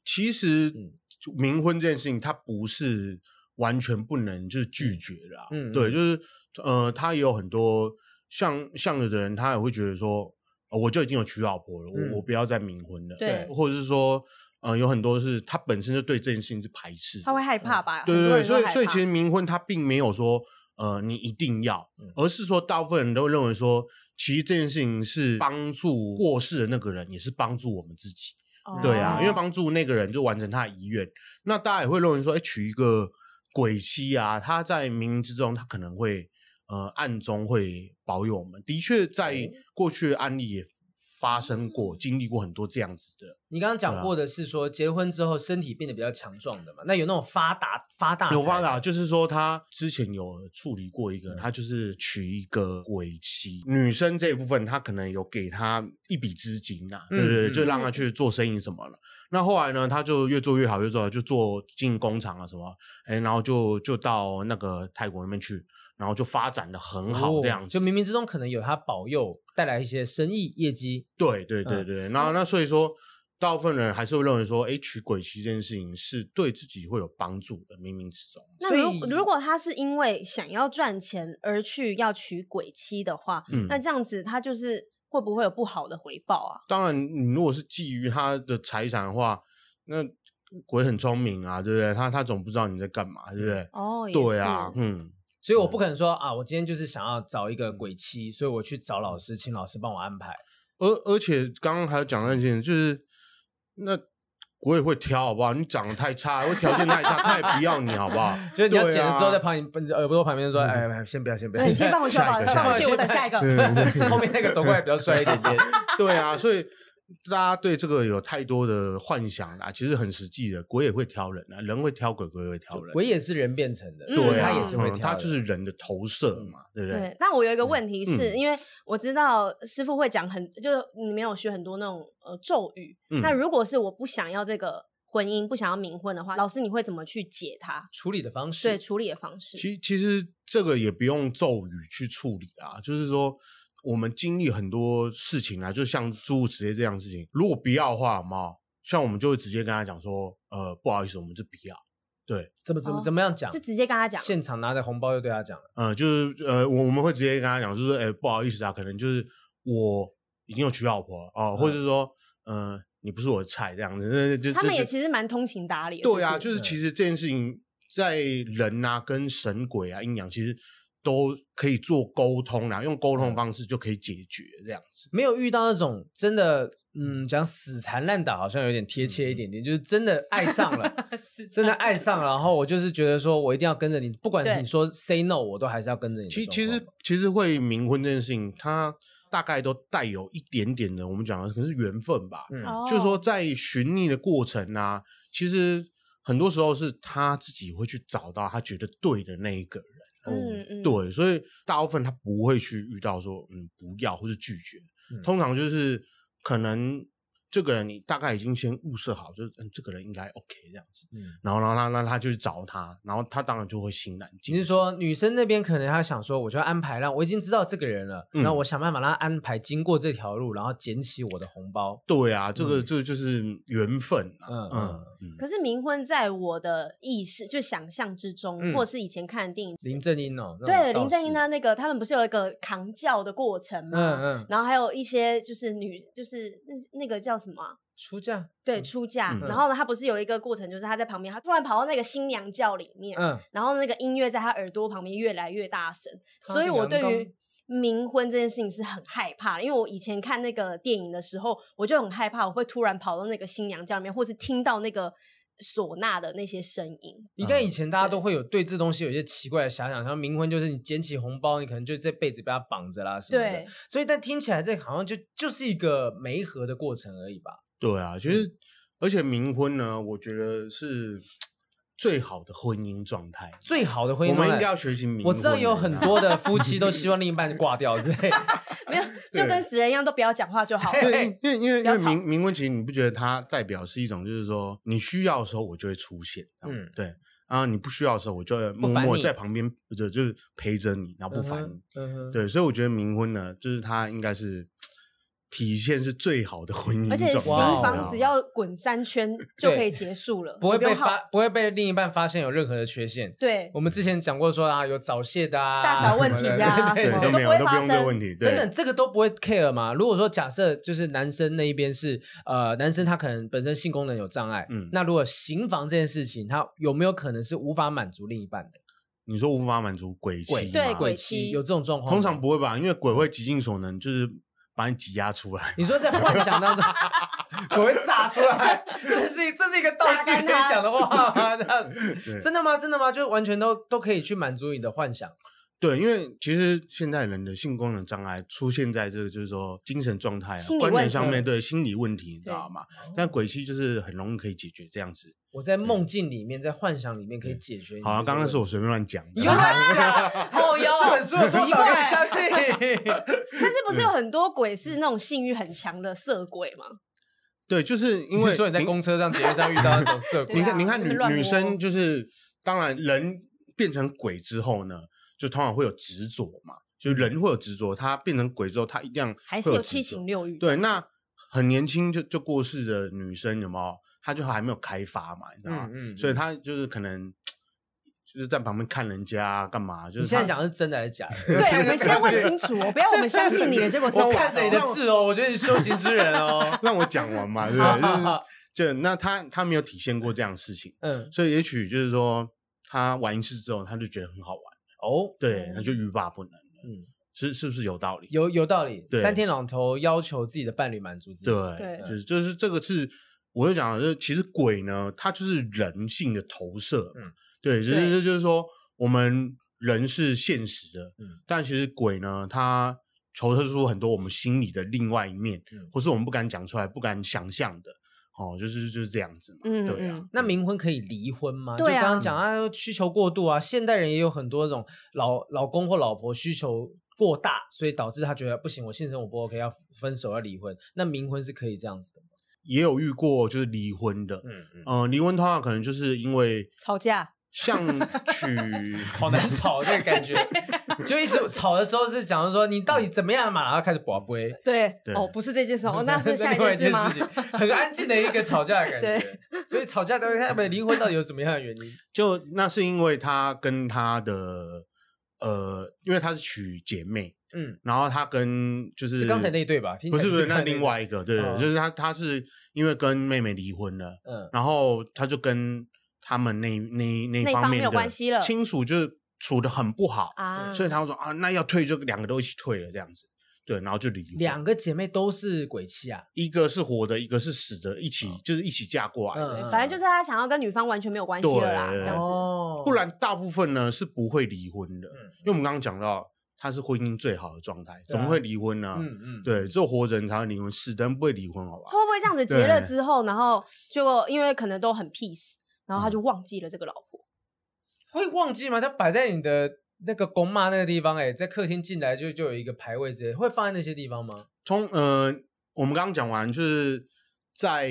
Speaker 2: 其实
Speaker 1: 嗯
Speaker 2: 就冥婚这件事情，它不是完全不能就是拒绝啦。
Speaker 1: 嗯
Speaker 2: 对，
Speaker 1: 嗯
Speaker 2: 就是呃，他也有很多像像有的人，他也会觉得说，呃我就已经有娶老婆了，
Speaker 1: 嗯
Speaker 2: 我我不要再冥婚了，
Speaker 3: 对
Speaker 2: 或者是说，呃，有很多是他本身就对这件事情是排斥的，
Speaker 3: 他会害怕吧？
Speaker 2: 对
Speaker 3: 很
Speaker 2: 对对，
Speaker 3: 多人
Speaker 2: 所以
Speaker 3: 会害
Speaker 2: 所以
Speaker 3: 怕
Speaker 2: 其实冥婚它并没有说呃你一定要
Speaker 1: 嗯，
Speaker 2: 而是说大部分人都认为说，其实这件事情是帮助过世的那个人，也是帮助我们自己。对啊，
Speaker 3: 哦
Speaker 2: 因为帮助那个人就完成他的遗愿，那大家也会认为说，哎，娶一个鬼妻啊，他在冥冥之中，他可能会呃暗中会保佑我们。的确，在过去的案例也发生过，经历过很多这样子的。
Speaker 1: 你刚刚
Speaker 2: 对
Speaker 1: 讲
Speaker 2: 啊
Speaker 1: 过的是说，结婚之后身体变得比较强壮的嘛？那有那种发达发大
Speaker 2: 有发
Speaker 1: 财
Speaker 2: 达，就是说他之前有处理过一个，
Speaker 1: 嗯
Speaker 2: 他就是娶一个鬼妻，女生这一部分他可能有给他一笔资金啊，对不对？
Speaker 1: 嗯
Speaker 2: 就让他去做生意什么了。那后来呢，他就越做越好，越做越好就做进工厂啊什么，哎，然后就就到那个泰国那边去，然后就发展的很好
Speaker 1: 哦
Speaker 2: 这样子
Speaker 1: 就。冥冥之中可能有他保佑，带来一些生意业绩。
Speaker 2: 对对对
Speaker 1: 嗯
Speaker 2: 对，然后那所以说。大部分人还是会认为说，哎，娶鬼妻这件事情是对自己会有帮助的，冥冥之中。
Speaker 3: 那
Speaker 1: 所
Speaker 3: 如
Speaker 1: 以
Speaker 3: 如果他是因为想要赚钱而去要娶鬼妻的话，
Speaker 2: 嗯
Speaker 3: 那这样子他就是会不会有不好的回报啊？
Speaker 2: 当然，你如果是觊觎他的财产的话，那鬼很聪明啊，对不对？他他总不知道你在干嘛，对不对？
Speaker 3: 哦，也
Speaker 2: 对啊，
Speaker 3: 是
Speaker 2: 嗯，
Speaker 1: 所以我不可能说啊，我今天就是想要找一个鬼妻，所以我去找老师，请老师帮我安排。
Speaker 2: 而而且刚刚还有讲到一件事，就是那鬼也会挑，好不好？你长得太差，或条件太差，他也不要你，好不好？
Speaker 1: 就是你要
Speaker 2: 对啊嗯
Speaker 1: 剪的时候，在旁边耳朵旁边说：“哎，哎先不要，先不要，
Speaker 3: 哎你先放回去好
Speaker 2: 下
Speaker 3: 不好？
Speaker 2: 一个
Speaker 3: 放
Speaker 2: 下
Speaker 3: 回去，
Speaker 2: 一个
Speaker 3: 我等下一个。
Speaker 2: 嗯
Speaker 1: 后面那个走过来比较帅一点 点。
Speaker 2: 对啊，所以大家对这个有太多的幻想啦，其实很实际的，鬼也会挑人啊，人会挑鬼，鬼也会挑人。
Speaker 1: 鬼也是人变成的，
Speaker 3: 嗯
Speaker 1: 所以
Speaker 2: 对啊，
Speaker 1: 他也是会
Speaker 2: 嗯
Speaker 1: 挑。
Speaker 2: 他就是。人的投射嘛，对不对？
Speaker 3: 对，那我有一个问题是，
Speaker 2: 嗯
Speaker 3: 因为我知道师傅会讲很，就是你们有学很多那种呃咒语。
Speaker 2: 嗯
Speaker 3: 那如果是我不想要这个婚姻，不想要冥婚的话，老师你会怎么去解它？
Speaker 1: 处理的方式，
Speaker 3: 对，处理的方式。
Speaker 2: 其其实这个也不用咒语去处理啊，就是说我们经历很多事情啊，就像诸如此类这样的事情，如果不要的话，嘛，像我们就会直接跟他讲说，呃，不好意思，我们就不要。
Speaker 1: 怎么怎么
Speaker 3: 哦
Speaker 1: 怎么样讲，
Speaker 3: 就直接跟他讲
Speaker 1: 现场拿着红包就对他讲了，
Speaker 2: 呃，就是呃，我我们会直接跟他讲，就是哎、不好意思啊，可能就是我已经有娶老婆了哦、或者是说，呃，你不是我的菜这样子，那就
Speaker 3: 嗯他们也
Speaker 2: 就
Speaker 3: 其实蛮通情达理的。
Speaker 2: 对啊，
Speaker 3: 是不
Speaker 2: 就
Speaker 3: 是
Speaker 2: 是
Speaker 1: 嗯
Speaker 2: 其实这件事情在人啊、跟神鬼啊、阴阳其实都可以做沟通啦，用
Speaker 1: 嗯
Speaker 2: 沟通的方式就可以解决这样子。
Speaker 1: 没有遇到那种真的，嗯，讲死缠烂打好像有点贴切一点
Speaker 2: 嗯
Speaker 1: 点，就是真的爱上了， 真的爱上了，然后我就是觉得说我一定要跟着你，不管是
Speaker 3: 对
Speaker 1: 你说 say no，我都还是要跟着你的
Speaker 2: 其
Speaker 1: 状
Speaker 2: 其
Speaker 1: 况吧。
Speaker 2: 实其实会冥婚这件事情，它大概都带有一点点的，我们讲的可能是缘分吧，
Speaker 1: 嗯
Speaker 3: 哦
Speaker 2: 就是说在寻觅的过程啊，其实很多时候是他自己会去找到他觉得对的那一个人。哦
Speaker 3: 嗯嗯
Speaker 2: 对，所以大部分他不会去遇到说嗯不要或是拒绝，
Speaker 1: 嗯
Speaker 2: 通常就是可能这个人你大概已经先物色好，就是嗯这个人应该 OK 这样子，
Speaker 1: 嗯
Speaker 2: 然后然后他那他就去找他，然后他当然就会欣然接
Speaker 1: 你
Speaker 2: 受。
Speaker 1: 是说女生那边可能她想说，我就要安排让我已经知道这个人了，
Speaker 2: 嗯
Speaker 1: 然后我想办法让他安排经过这条路，然后捡起我的红包。
Speaker 2: 对啊，这个、
Speaker 1: 嗯
Speaker 2: 这个就是缘分啊，
Speaker 1: 嗯
Speaker 2: 嗯
Speaker 1: 嗯
Speaker 2: 嗯
Speaker 3: 可是冥婚在我的意识就想象之中，
Speaker 1: 嗯
Speaker 3: 或是以前看的电影，
Speaker 1: 林正英哦，那种
Speaker 3: 对
Speaker 1: 道
Speaker 3: 林正英
Speaker 1: 士
Speaker 3: 他，那个，他们不是有一个扛轿的过程
Speaker 1: 嗯
Speaker 3: 吗？
Speaker 1: 嗯，
Speaker 3: 然后还有一些就是女，就是那那个叫什么啊、
Speaker 1: 出嫁，
Speaker 3: 对，出嫁。
Speaker 2: 嗯
Speaker 3: 然后呢，他不是有一个过程，就是他在旁边，他突然跑到那个新娘轿里面，
Speaker 1: 嗯，
Speaker 3: 然后那个音乐在他耳朵旁边越来越大声，
Speaker 1: 他
Speaker 3: 所以
Speaker 1: 这
Speaker 3: 我
Speaker 1: 个
Speaker 3: 对
Speaker 1: 人
Speaker 3: 于冥婚这件事情是很害怕的，因为我以前看那个电影的时候，我就很害怕，我会突然跑到那个新娘家里面，或是听到那个唢呐的那些声音。
Speaker 1: 应
Speaker 2: 嗯
Speaker 1: 该以前大家都会有对这东西有一些奇怪的遐想，像冥婚就是你捡起红包，你可能就这辈子被他绑着啦什么的
Speaker 3: 对。，
Speaker 1: 所以，但听起来这好像就就是一个媒合的过程而已吧。
Speaker 2: 对啊，其实、而且冥婚呢，我觉得是最好的婚姻状态。
Speaker 1: 最好的婚姻
Speaker 2: 我们
Speaker 1: 状态
Speaker 2: 应该要学习冥婚啊
Speaker 1: 我知道有很多的 夫妻都希望另一半挂掉之类的，
Speaker 3: 没有就跟死人一样，都不要讲话就好了。
Speaker 2: 对，因为因为因
Speaker 3: 不要
Speaker 2: 为
Speaker 3: 吵
Speaker 2: 冥冥婚其实你不觉得它代表是一种，就是说你需要的时候我就会出现，嗯
Speaker 1: 嗯，
Speaker 2: 对，然后你不需要的时候我就会默
Speaker 1: 烦
Speaker 2: 默
Speaker 1: 你
Speaker 2: 在旁边，就就是陪着你，然后不烦你，
Speaker 1: 嗯哼，
Speaker 2: 对，所以我觉得冥婚呢，就是它应该是体现是最好的婚姻
Speaker 3: 而且
Speaker 2: 状态
Speaker 3: 新
Speaker 1: 哇哦
Speaker 3: 房只要滚三圈就可以结束了，
Speaker 1: 不会被
Speaker 3: 用耗
Speaker 1: 发，不会被另一半发现有任何的缺陷。
Speaker 3: 对
Speaker 1: 我们之前讲过说啊，有早泄的啊，
Speaker 3: 大小问题啊
Speaker 1: 什
Speaker 2: 对
Speaker 1: 么的对对
Speaker 2: 都没
Speaker 3: 什么都不
Speaker 2: 有
Speaker 3: 会
Speaker 2: 都不
Speaker 3: 发
Speaker 2: 用这个
Speaker 3: 生
Speaker 2: 问题，对
Speaker 1: 等等，这个都不会 care 嘛？如果说假设就是男生那一边是呃，男生他可能本身性功能有障碍，
Speaker 2: 嗯
Speaker 1: 嗯，那如果行房这件事情，他有没有可能是无法满足另一半的？
Speaker 2: 你说无法满足鬼
Speaker 1: 鬼
Speaker 2: 妻
Speaker 3: 对
Speaker 2: 吗
Speaker 1: 鬼
Speaker 3: 鬼
Speaker 1: 妻
Speaker 3: 妻
Speaker 1: 有这种状况
Speaker 2: 通
Speaker 1: 吗？
Speaker 2: 常不会吧，因为鬼会极尽所能，就是把你挤压出来。
Speaker 1: 你说在幻想当中， 我会炸出来，这是这是一个道士可以讲的话吗？这样
Speaker 2: 对
Speaker 1: 真的吗？真的吗？就完全都都可以去满足你的幻想。
Speaker 2: 对，因为其实现在人的性功能障碍出现在这个，就是说精神状态啊
Speaker 3: 心、理
Speaker 2: 观
Speaker 3: 问
Speaker 2: 念
Speaker 3: 题
Speaker 2: 上面，对心理问题，你知道吗？但鬼妻就是很容易可以解决这样子。
Speaker 1: 我在梦境里面，在幻想里面可以解决你。
Speaker 2: 好了、啊刚刚是我。随便乱讲的。啊
Speaker 1: 你又乱 讲，
Speaker 3: 哦哟，
Speaker 1: 这本书有多
Speaker 3: 奇
Speaker 1: 少人
Speaker 3: 怪
Speaker 1: 相 信？
Speaker 3: 但是不
Speaker 1: 嗯
Speaker 3: 是有很多鬼是那种性欲很强的色鬼吗？
Speaker 2: 对，就是因
Speaker 1: 因
Speaker 2: 为
Speaker 1: 为说你在公车上、捷运上遇到那种色
Speaker 2: 你
Speaker 1: 鬼
Speaker 3: 对啊，
Speaker 2: 看，你看
Speaker 3: 就是
Speaker 2: 女
Speaker 3: 乱
Speaker 2: 女
Speaker 3: 摸
Speaker 2: 生就是，当然人变成鬼之后呢，就通常会有执着嘛，就人会有执着，他变成鬼之后，他一定要
Speaker 3: 还是
Speaker 2: 会
Speaker 3: 有
Speaker 2: 执
Speaker 3: 七
Speaker 2: 着
Speaker 3: 情六欲？
Speaker 2: 对，那很年轻就就过世的女生有没有？她就还没有开发嘛，你知道吗？
Speaker 1: 嗯嗯
Speaker 2: 所以她就是可能就是在旁边看人家啊干嘛，就是
Speaker 1: 你现在
Speaker 2: 她
Speaker 1: 讲的是真的还是假的？
Speaker 3: 对，我们先问清楚哦，不要我们相信你的结果是
Speaker 1: 我
Speaker 3: 我
Speaker 1: 看着你的痣哦，我觉得你是修行之人 哦。
Speaker 2: 让我讲完嘛，对不对？就是就那她她没有体现过这样的事情，
Speaker 1: 嗯，
Speaker 2: 所以也许就是说她玩一次之后，她就觉得很好玩，
Speaker 1: 哦，
Speaker 2: 对，
Speaker 3: 嗯
Speaker 2: 她就欲罢不能了，
Speaker 1: 嗯
Speaker 2: 是是不是有道理？
Speaker 1: 有有道理。
Speaker 2: 对
Speaker 1: 三天两头要求自己的伴侣满足自己，
Speaker 2: 对，
Speaker 3: 对
Speaker 2: 就是就是这个是，我就讲的，就是其实鬼呢，它就是人性的投射，嗯
Speaker 1: 嗯，
Speaker 2: 对，就
Speaker 3: 对
Speaker 2: 是就是说我们人是现实的，
Speaker 1: 嗯
Speaker 2: 但其实鬼呢，它投射出很多我们心里的另外一面，
Speaker 1: 嗯
Speaker 2: 或是我们不敢讲出来、不敢想象的，哦，就是就是这样子嘛，
Speaker 3: 嗯
Speaker 2: 对啊
Speaker 3: 嗯，
Speaker 1: 那冥婚可以离婚吗？
Speaker 3: 对
Speaker 1: 就
Speaker 3: 啊
Speaker 1: 刚刚讲啊，需求过度啊，现代人也有很多种老老公或老婆需求过大，所以导致他觉得不行，我性生活不 OK，要分手要离婚。那冥婚是可以这样子的吗？
Speaker 2: 也有遇过就是离婚的，
Speaker 1: 嗯嗯，
Speaker 2: 嗯，离婚通常可能就是因为
Speaker 3: 吵架，
Speaker 2: 像娶。
Speaker 1: 好难吵这个感 觉，就一直吵的时候是讲说你到底怎么样嘛，然后开始拔杯。
Speaker 3: 对
Speaker 2: 对，
Speaker 3: 哦，不是这 件 事，哦，那是下
Speaker 1: 另
Speaker 3: 一
Speaker 1: 外一件
Speaker 3: 件事吗
Speaker 1: 事？情，很安静的一个吵架的感觉
Speaker 3: 对。
Speaker 1: 所以吵架到底他们离婚到底有什么样的原因？
Speaker 2: 就那是因为她跟她的呃，因为她是娶姐妹，
Speaker 1: 嗯，
Speaker 2: 然后她跟就是
Speaker 1: 是刚才那一对吧听起
Speaker 2: 不
Speaker 1: 来
Speaker 2: 是不，
Speaker 1: 就是是
Speaker 2: 那
Speaker 1: 看那
Speaker 2: 另外一个，对对，
Speaker 1: 哦
Speaker 2: 就是她她是因为跟妹妹离婚了，
Speaker 1: 嗯，
Speaker 2: 然后她就跟他们那那那
Speaker 3: 那
Speaker 2: 方
Speaker 3: 方
Speaker 2: 面
Speaker 3: 没有
Speaker 2: 的
Speaker 3: 关系了
Speaker 2: 亲属就是处的很不好，
Speaker 3: 啊，
Speaker 2: 所以她说啊，那要退就两个都一起退了这样子，对，然后就离婚。
Speaker 1: 两个姐妹都是鬼妻啊，
Speaker 2: 一个是活的，一个是死的，一
Speaker 1: 哦
Speaker 2: 起就是一起嫁过
Speaker 1: 嗯
Speaker 2: 来的，
Speaker 3: 对反正就是他想要跟女方完全没有关系了啦，
Speaker 2: 对
Speaker 3: 这样子。
Speaker 1: 哦
Speaker 2: 不然大部分呢是不会离婚的，
Speaker 1: 嗯
Speaker 2: 因为我们刚刚讲到，它是婚姻最好的状态，
Speaker 1: 对
Speaker 2: 怎
Speaker 1: 啊
Speaker 2: 么会离婚呢？
Speaker 1: 嗯嗯，
Speaker 2: 对，只有活着人才会离婚，死的人不会离婚，好吧？
Speaker 3: 会不会这样子结了之后，然后就因为可能都很 peace，然后他就忘记了这个老婆？
Speaker 1: 会忘记吗？它摆在你的那个公妈那个地方、哎，在客厅进来就就有一个牌位之类的，会放在那些地方吗？
Speaker 2: 从呃，我们刚刚讲完，就是在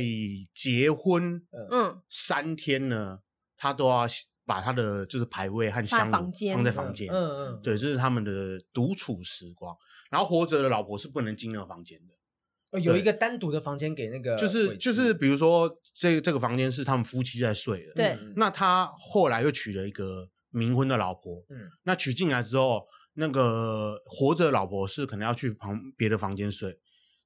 Speaker 2: 结婚
Speaker 3: 嗯，
Speaker 2: 三天呢，他都要把他的就是牌位和香
Speaker 3: 放在
Speaker 2: 炉
Speaker 3: 房间
Speaker 2: 放在房间，
Speaker 1: 嗯嗯，
Speaker 2: 对，这是他们的独处时光。然后活着的老婆是不能进那个房间的。
Speaker 1: 哦，有一个单独的房间给那个
Speaker 2: 就
Speaker 1: 鬼妻，
Speaker 2: 是就是，比如说这这个房间是他们夫妻在睡的，
Speaker 3: 对
Speaker 1: 嗯
Speaker 2: 那他后来又娶了一个冥婚的老婆，
Speaker 1: 嗯
Speaker 2: 那娶进来之后，那个活着的老婆是可能要去旁别的房间睡，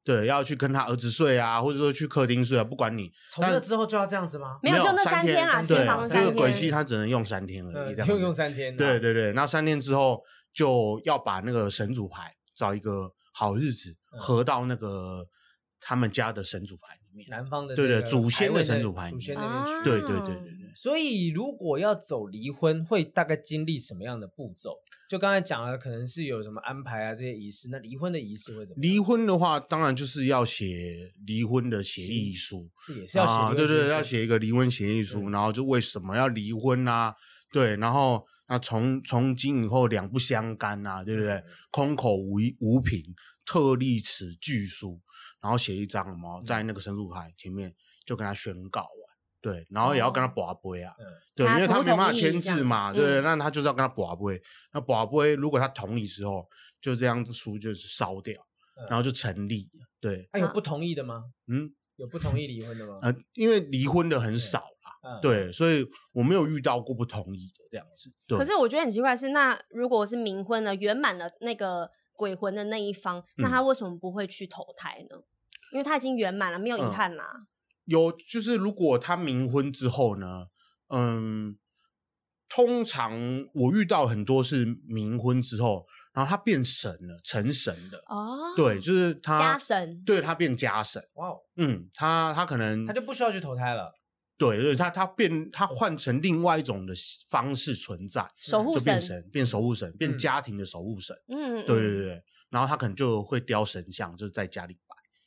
Speaker 2: 对，要去跟他儿子睡啊，或者说去客厅睡啊，不管你。
Speaker 1: 从那之后就要这样子吗？
Speaker 3: 没有就那
Speaker 2: 三
Speaker 3: 三天啊
Speaker 2: 对
Speaker 1: 新房，的
Speaker 2: 这个
Speaker 1: 三天
Speaker 2: 鬼戏他只能用三天
Speaker 1: 嗯
Speaker 2: 而已，这样子
Speaker 1: 用用三天，
Speaker 2: 对，对对，那三天之后
Speaker 1: 嗯
Speaker 2: 就要把那个神主牌找一个好日子合到那个他们家的神主牌里面。
Speaker 1: 南方的
Speaker 2: 对
Speaker 1: 那
Speaker 2: 对
Speaker 1: 个
Speaker 2: 祖先
Speaker 1: 牌
Speaker 2: 的
Speaker 1: 位
Speaker 2: 神
Speaker 1: 那
Speaker 2: 主牌
Speaker 1: 祖
Speaker 2: 里
Speaker 1: 先
Speaker 2: 面
Speaker 1: 那边去。
Speaker 2: 对对对
Speaker 3: 嗯
Speaker 2: 对对，
Speaker 1: 所以，如果要走离婚，会大概经历什么样的步骤？就刚才讲了，可能是有什么安排啊，这些仪式。那离婚的仪式会怎么样？
Speaker 2: 离婚的话，当然就是要写离婚的协议书。
Speaker 1: 这也是要写、
Speaker 2: 啊，对对，要
Speaker 1: 写。
Speaker 2: 写一个离婚协议书，
Speaker 1: 对
Speaker 2: 然后就为什么要离婚啊？对，然后那从从今以后两不相干啊，对不
Speaker 3: 嗯
Speaker 2: 对？空口无一无凭，特立此据书，然后写一张什么，在
Speaker 3: 嗯
Speaker 2: 那个申诉牌前面就跟他宣告完，对，然后也要跟他驳杯啊，
Speaker 1: 嗯
Speaker 2: 对，因
Speaker 3: 哦他
Speaker 2: 为他
Speaker 3: 同
Speaker 2: 没
Speaker 3: 不
Speaker 2: 办法
Speaker 3: 同意
Speaker 2: 签
Speaker 3: 这样
Speaker 2: 字嘛，
Speaker 3: 嗯
Speaker 2: 对，那他就是要跟他驳杯，那驳杯如果他同意之后，就这样子书就是烧掉，
Speaker 1: 嗯
Speaker 2: 然后就成立了，对，
Speaker 1: 那、有不同意的吗？
Speaker 2: 嗯
Speaker 1: 有不同意离婚的吗？
Speaker 2: 呃，因为离婚的很少啦。
Speaker 1: 嗯，
Speaker 2: 对，所以我没有遇到过不同意的这样子。对，
Speaker 3: 可是我觉得很奇怪是，那如果是冥婚呢，圆满了那个鬼魂的那一方，那他为什么不会去投胎呢？因为他已经圆满了，没有遗
Speaker 2: 嗯
Speaker 3: 憾啦。
Speaker 2: 有就是如果他冥婚之后呢，嗯，通常我遇到很多是冥婚之后，然后他变神了，成神了。
Speaker 3: 哦，
Speaker 2: 对，就是他
Speaker 3: 家神
Speaker 2: 对他变家神。
Speaker 1: 哇哦，
Speaker 2: 嗯，他他可能
Speaker 1: 他就不需要去投胎了。
Speaker 2: 对对，他他变他换成另外一种的方式存在，
Speaker 3: 守护
Speaker 2: 就
Speaker 3: 神
Speaker 2: 变，神，变守护神，变
Speaker 1: 嗯
Speaker 2: 家庭的守护神。
Speaker 3: 嗯，嗯
Speaker 2: 对对，对对，然后他可能就会雕神像，就是在家里摆。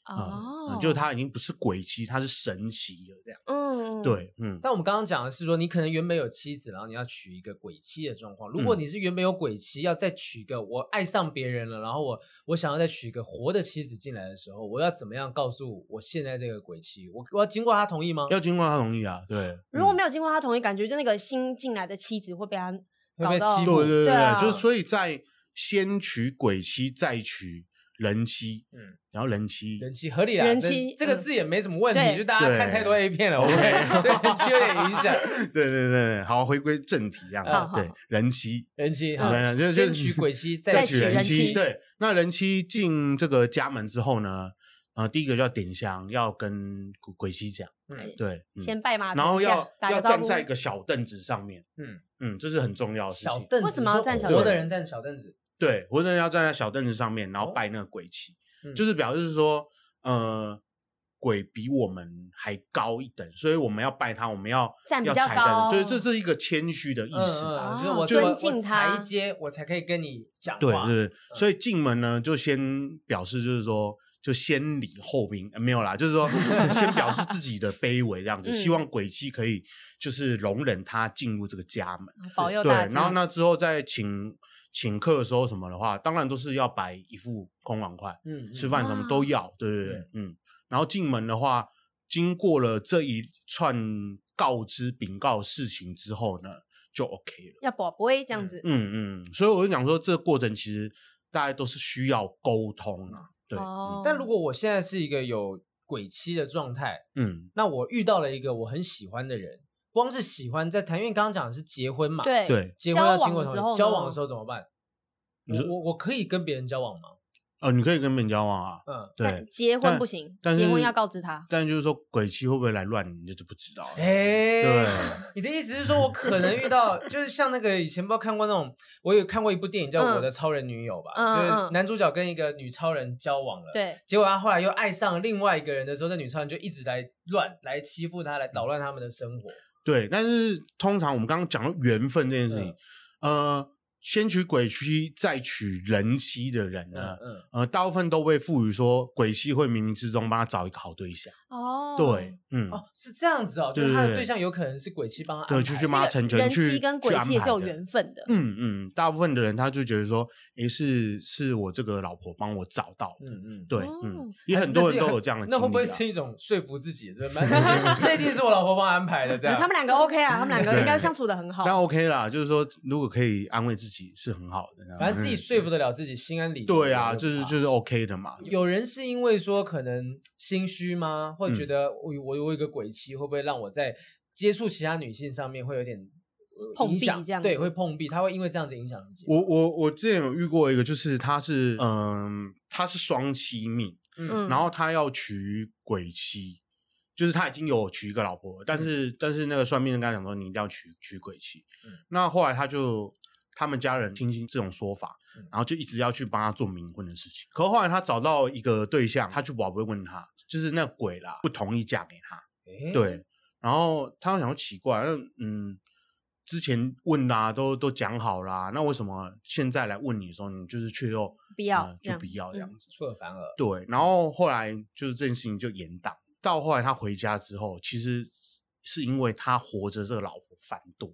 Speaker 3: 哦，
Speaker 2: 嗯，就是，他已经不是鬼妻，他是神妻了，这样。
Speaker 3: 嗯，嗯，
Speaker 2: 对，嗯，
Speaker 1: 但我们刚刚讲的是说，你可能原本有妻子，然后你要娶一个鬼妻的状况。如果
Speaker 2: 嗯
Speaker 1: 你是原本有鬼妻，要再娶一个我爱上别人了，然后我我想要再娶一个活的妻子进来的时候，我要怎么样告诉我现在这个鬼妻？我我要经过他同意吗？
Speaker 2: 要经过他同意啊，对。
Speaker 3: 如果
Speaker 2: 嗯
Speaker 3: 没有经过他同意，感觉就那个新进来的妻子会被他
Speaker 1: 会被
Speaker 3: 搞到
Speaker 1: 欺
Speaker 2: 对
Speaker 1: 负
Speaker 2: 对对
Speaker 3: 对啊
Speaker 2: 对，就是所以在先娶鬼妻，再娶人妻，
Speaker 1: 嗯
Speaker 2: 嗯，然后人妻，
Speaker 1: 人妻合理啦，
Speaker 3: 人
Speaker 1: 这
Speaker 3: 妻
Speaker 1: 这个
Speaker 3: 嗯
Speaker 1: 字也没什么问题，
Speaker 3: 对
Speaker 1: 就大家看太多 A 片了，OK，对人妻有点影响。
Speaker 2: 对对对对，好，回归正题这样
Speaker 3: 好
Speaker 2: 子，
Speaker 3: 好
Speaker 2: 对
Speaker 3: 好，
Speaker 2: 人妻，
Speaker 1: 人妻
Speaker 2: 对
Speaker 1: 好，
Speaker 2: 对对
Speaker 1: 嗯先
Speaker 2: 就
Speaker 1: 娶 鬼妻，
Speaker 3: 再
Speaker 1: 娶
Speaker 3: 娶人妻
Speaker 2: 妻，对，那人妻进这个家门之后呢，呃，第一个就要点香，要跟鬼鬼妻讲，
Speaker 1: 嗯
Speaker 2: 对，嗯
Speaker 3: 哎先拜码头一下，
Speaker 2: 然后要
Speaker 3: 打
Speaker 2: 要
Speaker 3: 个招
Speaker 2: 站
Speaker 3: 呼
Speaker 2: 在一个小凳子上面，
Speaker 1: 嗯
Speaker 2: 嗯嗯，这是很重要的事
Speaker 1: 小
Speaker 2: 情。
Speaker 1: 凳子，
Speaker 3: 为什么要
Speaker 1: 你说
Speaker 3: 站小
Speaker 1: 活
Speaker 2: 凳
Speaker 1: 的
Speaker 2: 子
Speaker 1: 人站小凳子？
Speaker 2: 对，活人要站在小凳子上面，然后
Speaker 1: 哦
Speaker 2: 拜那个鬼旗，
Speaker 1: 嗯
Speaker 2: 就是表示说，呃，鬼比我们还高一等，所以我们要拜他，我们要
Speaker 3: 站比
Speaker 2: 要
Speaker 3: 较
Speaker 2: 踩在，
Speaker 3: 高
Speaker 2: 对，这是一个谦虚的意
Speaker 1: 意
Speaker 2: 思。
Speaker 1: 嗯嗯、就是我
Speaker 3: 哦
Speaker 1: 我
Speaker 3: 尊敬
Speaker 1: 我
Speaker 3: 他
Speaker 1: 才阶，我才可以跟你讲话。
Speaker 2: 对对对，所以进门呢，就先表示就是说，就先礼后兵、呃没有 啦，就是说先表示自己的卑微这样子，
Speaker 3: 嗯
Speaker 2: 希望鬼妻可以就是容忍他进入这个家门。
Speaker 3: 保佑
Speaker 2: 对
Speaker 3: 大，家。
Speaker 2: 然后那之后再请请客的时候什么的话，当然都是要摆一副空碗筷，
Speaker 1: 嗯，嗯
Speaker 2: 吃饭什么都要，对对对，嗯。然后进门的话，经过了这一串告知禀告事情之后呢，就 OK 了。
Speaker 3: 要宝贝这样子，
Speaker 2: 嗯嗯，所以我就讲说，这个过程其实大家都是需要沟通啊，对，
Speaker 3: 哦
Speaker 1: 但如果我现在是一个有鬼妻的状态，
Speaker 2: 嗯
Speaker 1: 那我遇到了一个我很喜欢的人，光是喜欢在谈，因为刚刚讲的是结婚嘛，，
Speaker 2: 嗯，
Speaker 3: 对
Speaker 2: 对，
Speaker 1: 结婚要经过
Speaker 3: 交往
Speaker 1: 同
Speaker 3: 的时候
Speaker 1: 意，
Speaker 3: 呢
Speaker 1: 交往的时候怎么办？
Speaker 2: 你
Speaker 1: 我
Speaker 2: 说
Speaker 1: 我我可以跟别人交往吗？
Speaker 2: 呃，你可以跟别人交往啊，
Speaker 1: 嗯，
Speaker 2: 对，
Speaker 3: 结婚
Speaker 2: 但
Speaker 3: 不行，
Speaker 2: 但
Speaker 3: 结
Speaker 2: 是
Speaker 3: 婚要告知他。
Speaker 2: 但就是说鬼妻会不会来乱你，你就就不知道了，
Speaker 1: 哎、
Speaker 2: 对，
Speaker 1: 你的意思是说，我可能遇到，就是像那个以前不知道看过那种，我有看过一部电影叫
Speaker 3: 嗯
Speaker 1: 《我的超人女友》吧，
Speaker 3: 嗯
Speaker 1: 就是
Speaker 3: 嗯
Speaker 1: 男主角跟一个女超人交往了，
Speaker 3: 对，
Speaker 1: 结果他后来又爱上了另外一个人的时候，这女超人就一直来乱来欺负他，来捣乱他们的生活。
Speaker 2: 对，但是通常我们刚刚讲到缘分这件事
Speaker 1: 嗯
Speaker 2: 情，呃，先娶鬼妻再娶人妻的人呢，
Speaker 1: 嗯
Speaker 2: 呃，大部分都被赋予说鬼妻会冥冥之中帮他找一个好对象，
Speaker 3: 哦，
Speaker 2: 对，，嗯，
Speaker 1: 哦，是这样子哦，就
Speaker 2: 对
Speaker 1: 是他的
Speaker 2: 对对
Speaker 1: 对象有可能是鬼妻帮他
Speaker 2: 对，
Speaker 1: 安
Speaker 2: 就
Speaker 1: 排
Speaker 2: 去帮他成全
Speaker 3: 人
Speaker 2: 去
Speaker 3: 妻跟
Speaker 2: 去
Speaker 3: 鬼
Speaker 2: 安
Speaker 3: 妻也是
Speaker 2: 排
Speaker 3: 有
Speaker 2: 的
Speaker 3: 缘分的，
Speaker 2: 嗯嗯，大部分的人他就觉得说，诶，是是我这个老婆帮我找到的，
Speaker 1: 嗯嗯。
Speaker 2: 对
Speaker 3: 哦，
Speaker 2: 嗯，也
Speaker 1: 还是
Speaker 2: 很多
Speaker 1: 但
Speaker 2: 人都
Speaker 1: 是
Speaker 2: 有这样的 经历、
Speaker 1: 那
Speaker 2: 啊。
Speaker 1: 会不会是一种说服自己？就是蛮 那一定是我老婆帮我安排的，这样。
Speaker 3: 他们两个 OK 啊，他们两个
Speaker 2: 对
Speaker 3: 应该相处的很好。
Speaker 2: 但 OK 啦，就是说，如果可以安慰自己是很好的，
Speaker 1: 反正自己
Speaker 2: 嗯
Speaker 1: 说服得了自己，心安理得。
Speaker 2: 对啊，
Speaker 1: 我
Speaker 2: 就
Speaker 1: 不
Speaker 2: 是
Speaker 1: 怕
Speaker 2: 就是 OK 的嘛。
Speaker 1: 有人是因为说可能心虚吗？或者觉
Speaker 2: 嗯
Speaker 1: 得我我有一个鬼妻，会不会让我在接触其他女性上面会有点呃
Speaker 3: 碰
Speaker 1: 影响
Speaker 3: 壁这样
Speaker 1: 对，
Speaker 3: 子
Speaker 1: 会碰壁，他会因为这样子影响自己。
Speaker 2: 我我我之前有遇过一个，就是他是嗯，他是双妻命，
Speaker 1: 嗯
Speaker 3: 嗯
Speaker 2: 然后他要娶鬼妻，就是他已经有娶一个
Speaker 1: 嗯
Speaker 2: 老婆了，但是、但是那个算命的跟他讲说，你一定要娶娶鬼妻。
Speaker 1: 嗯
Speaker 2: 那后来他就他们家人听信这种说法
Speaker 1: 嗯，
Speaker 2: 然后就一直要去帮他做冥婚的事情。可后来他找到一个对象，他去宝贝问他，就是那鬼啦，不同意嫁给他。
Speaker 1: 诶，
Speaker 2: 对，然后他想说奇怪，那嗯，之前问啦、都都讲好啦，那为什么现在来问你的时候，你就是却又
Speaker 3: 不要
Speaker 2: 呃
Speaker 3: 这
Speaker 2: 就
Speaker 3: 样嗯
Speaker 2: 不要这样子？
Speaker 1: 出尔反尔，
Speaker 2: 对，然后后来就是这件事情就延宕，到后来他回家之后，其实是因为他活着这个老婆反对，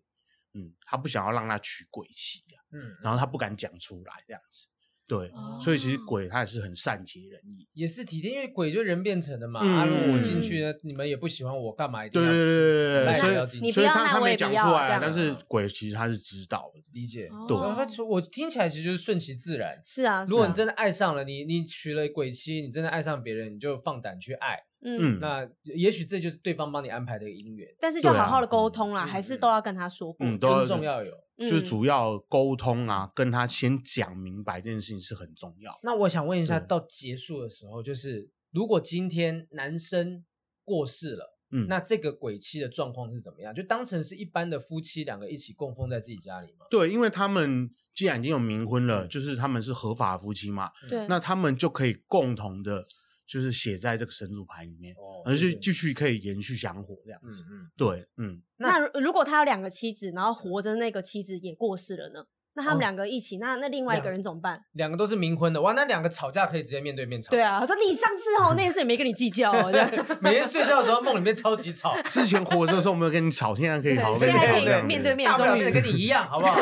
Speaker 2: 嗯，他不想要让她娶鬼妻啊，
Speaker 1: 嗯，
Speaker 2: 然后他不敢讲出来这样子，对，
Speaker 3: 哦
Speaker 2: 所以其实鬼他也是很善解人意，
Speaker 1: 也是体贴，因为鬼就人变成的嘛。啊，如果我进去呢，你们也不喜欢我，干嘛一定
Speaker 2: 嗯对
Speaker 1: 要
Speaker 2: 对对对
Speaker 1: 死赖
Speaker 2: 对，
Speaker 1: 着
Speaker 2: 所
Speaker 1: 要
Speaker 2: 以
Speaker 1: 进
Speaker 3: 你
Speaker 1: 去
Speaker 3: 不
Speaker 2: 所以
Speaker 3: 要
Speaker 2: 他
Speaker 3: 那我
Speaker 2: 没
Speaker 3: 也
Speaker 2: 讲
Speaker 3: 不
Speaker 2: 出
Speaker 3: 要
Speaker 2: 来，啊
Speaker 3: 这
Speaker 2: 但
Speaker 3: 样
Speaker 2: 是
Speaker 1: 子
Speaker 2: 鬼其实他是知道的，
Speaker 1: 理解？
Speaker 3: 哦
Speaker 2: 对
Speaker 1: 所以他说我听起来其实就是顺其自然。
Speaker 3: 是啊，
Speaker 1: 如果
Speaker 3: 是
Speaker 1: 你
Speaker 3: 啊
Speaker 1: 真的爱上了你，你娶了鬼妻，你真的爱上别人，你就放胆去爱。
Speaker 3: 嗯，
Speaker 2: 嗯，
Speaker 1: 那也许这就是对方帮你安排的姻缘，
Speaker 3: 但是就
Speaker 2: 对啊
Speaker 3: 好好的沟通啦，
Speaker 1: 嗯
Speaker 3: 还是
Speaker 1: 嗯
Speaker 3: 都要跟他说过，
Speaker 2: 嗯都
Speaker 1: 尊重要有。
Speaker 2: 就是
Speaker 3: 嗯
Speaker 2: 主要沟通啊，跟他先讲明白这件事情是很重要。
Speaker 1: 那我想问一下，
Speaker 2: 对
Speaker 1: 到结束的时候，就是如果今天男生过世了，
Speaker 2: 嗯，
Speaker 1: 那这个鬼妻的状况是怎么样？就当成是一般的夫妻两个一起供奉在自己家里吗？
Speaker 2: 对，因为他们既然已经有冥婚了，
Speaker 3: 嗯
Speaker 2: 就是他们是合法夫妻嘛，
Speaker 3: 对，
Speaker 2: 那他们就可以共同的，就是写在这个神主牌里面，
Speaker 1: 哦
Speaker 2: 而
Speaker 1: 对
Speaker 2: 是
Speaker 1: 对
Speaker 2: 继续可以延续香火这样
Speaker 1: 嗯
Speaker 2: 子。
Speaker 1: 嗯，
Speaker 2: 对，嗯，
Speaker 1: 那
Speaker 3: 那如如果他有两个妻子，然后活着那个妻子也过世了呢？那他
Speaker 1: 哦
Speaker 3: 们两个一起，那那另外一个
Speaker 1: 两
Speaker 3: 人怎么办？
Speaker 1: 两个都是冥婚的，哇，那两个吵架可以直接面对面吵。
Speaker 3: 对，啊，他说你上次哦那件事也没跟你计较哦，这样
Speaker 1: 每天睡觉的时候梦里面超级吵，
Speaker 2: 之前活着的时候我没有跟你吵，现在可以好好
Speaker 3: 对
Speaker 2: 跟
Speaker 3: 现
Speaker 2: 你
Speaker 3: 在
Speaker 2: 吵
Speaker 3: 可
Speaker 2: 这
Speaker 1: 对
Speaker 2: 样
Speaker 3: 以
Speaker 2: 子。
Speaker 3: 面对 面
Speaker 1: 大不了
Speaker 3: 终
Speaker 1: 变得
Speaker 3: 于。
Speaker 1: 跟你一样，好不 好？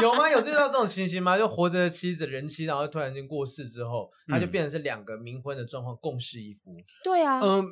Speaker 1: 有吗？有遇到这种情形吗？就活着的妻子、人妻，然后突然间过世之后，他就
Speaker 2: 嗯
Speaker 1: 变成是两个冥婚的状况，共侍一夫。
Speaker 3: 对啊，
Speaker 2: 嗯、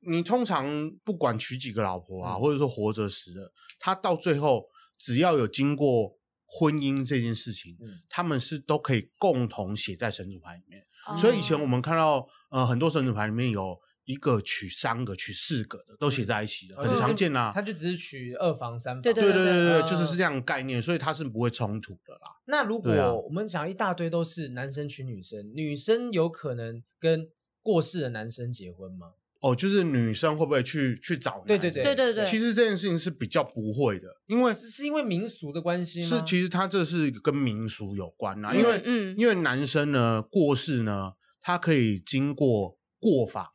Speaker 2: 你通常不管娶几个老婆啊，
Speaker 1: 嗯
Speaker 2: 或者说活着死了，他到最后只要有经过婚姻这件事情，
Speaker 1: 嗯
Speaker 2: 他们是都可以共同写在神主牌里面。所以以前我
Speaker 3: 哦
Speaker 2: 们看到，呃，很多神主牌里面有一个娶三个、娶四个的都写在一起的，
Speaker 1: 嗯
Speaker 2: 很常见啦
Speaker 1: 他。就只是娶二房三房。
Speaker 3: 对
Speaker 2: 对对对对，
Speaker 1: 嗯
Speaker 2: 就是这样的概念，所以它是不会冲突的啦。
Speaker 1: 那如
Speaker 2: 对啊
Speaker 1: 果我们讲一大堆都是男生娶女生，女生有可能跟过世的男生结婚吗？
Speaker 2: 哦，就是女生会不会去去找男
Speaker 1: 对对对
Speaker 2: 人
Speaker 3: 对对对
Speaker 2: 其实这件事情是比较不会的，因为
Speaker 1: 是是因为民俗的关系
Speaker 2: 是
Speaker 1: 吗？
Speaker 2: 其实它这是跟民俗有关啦，
Speaker 1: 嗯
Speaker 2: 因为
Speaker 3: 嗯
Speaker 2: 因为男生呢过世呢，他可以经过过法，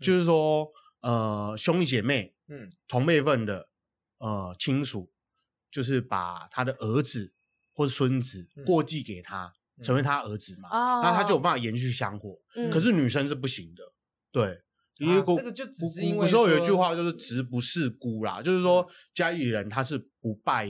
Speaker 2: 就是说呃兄弟姐妹
Speaker 1: 嗯，
Speaker 2: 同辈份的呃亲属，就是把他的儿子或是孙子
Speaker 1: 嗯
Speaker 2: 过继给他，
Speaker 1: 嗯
Speaker 2: 成为他儿子嘛，
Speaker 3: 哦，
Speaker 2: 那他就有办法延续香火。
Speaker 3: 嗯
Speaker 2: 可是女生是不行的，对。因
Speaker 1: 啊
Speaker 2: 为古
Speaker 1: 这个就只
Speaker 2: 古
Speaker 1: 是因为
Speaker 2: 古时候有一
Speaker 1: 说嗯
Speaker 2: 句话就是“子不是姑”啦，就是说家里人他是不拜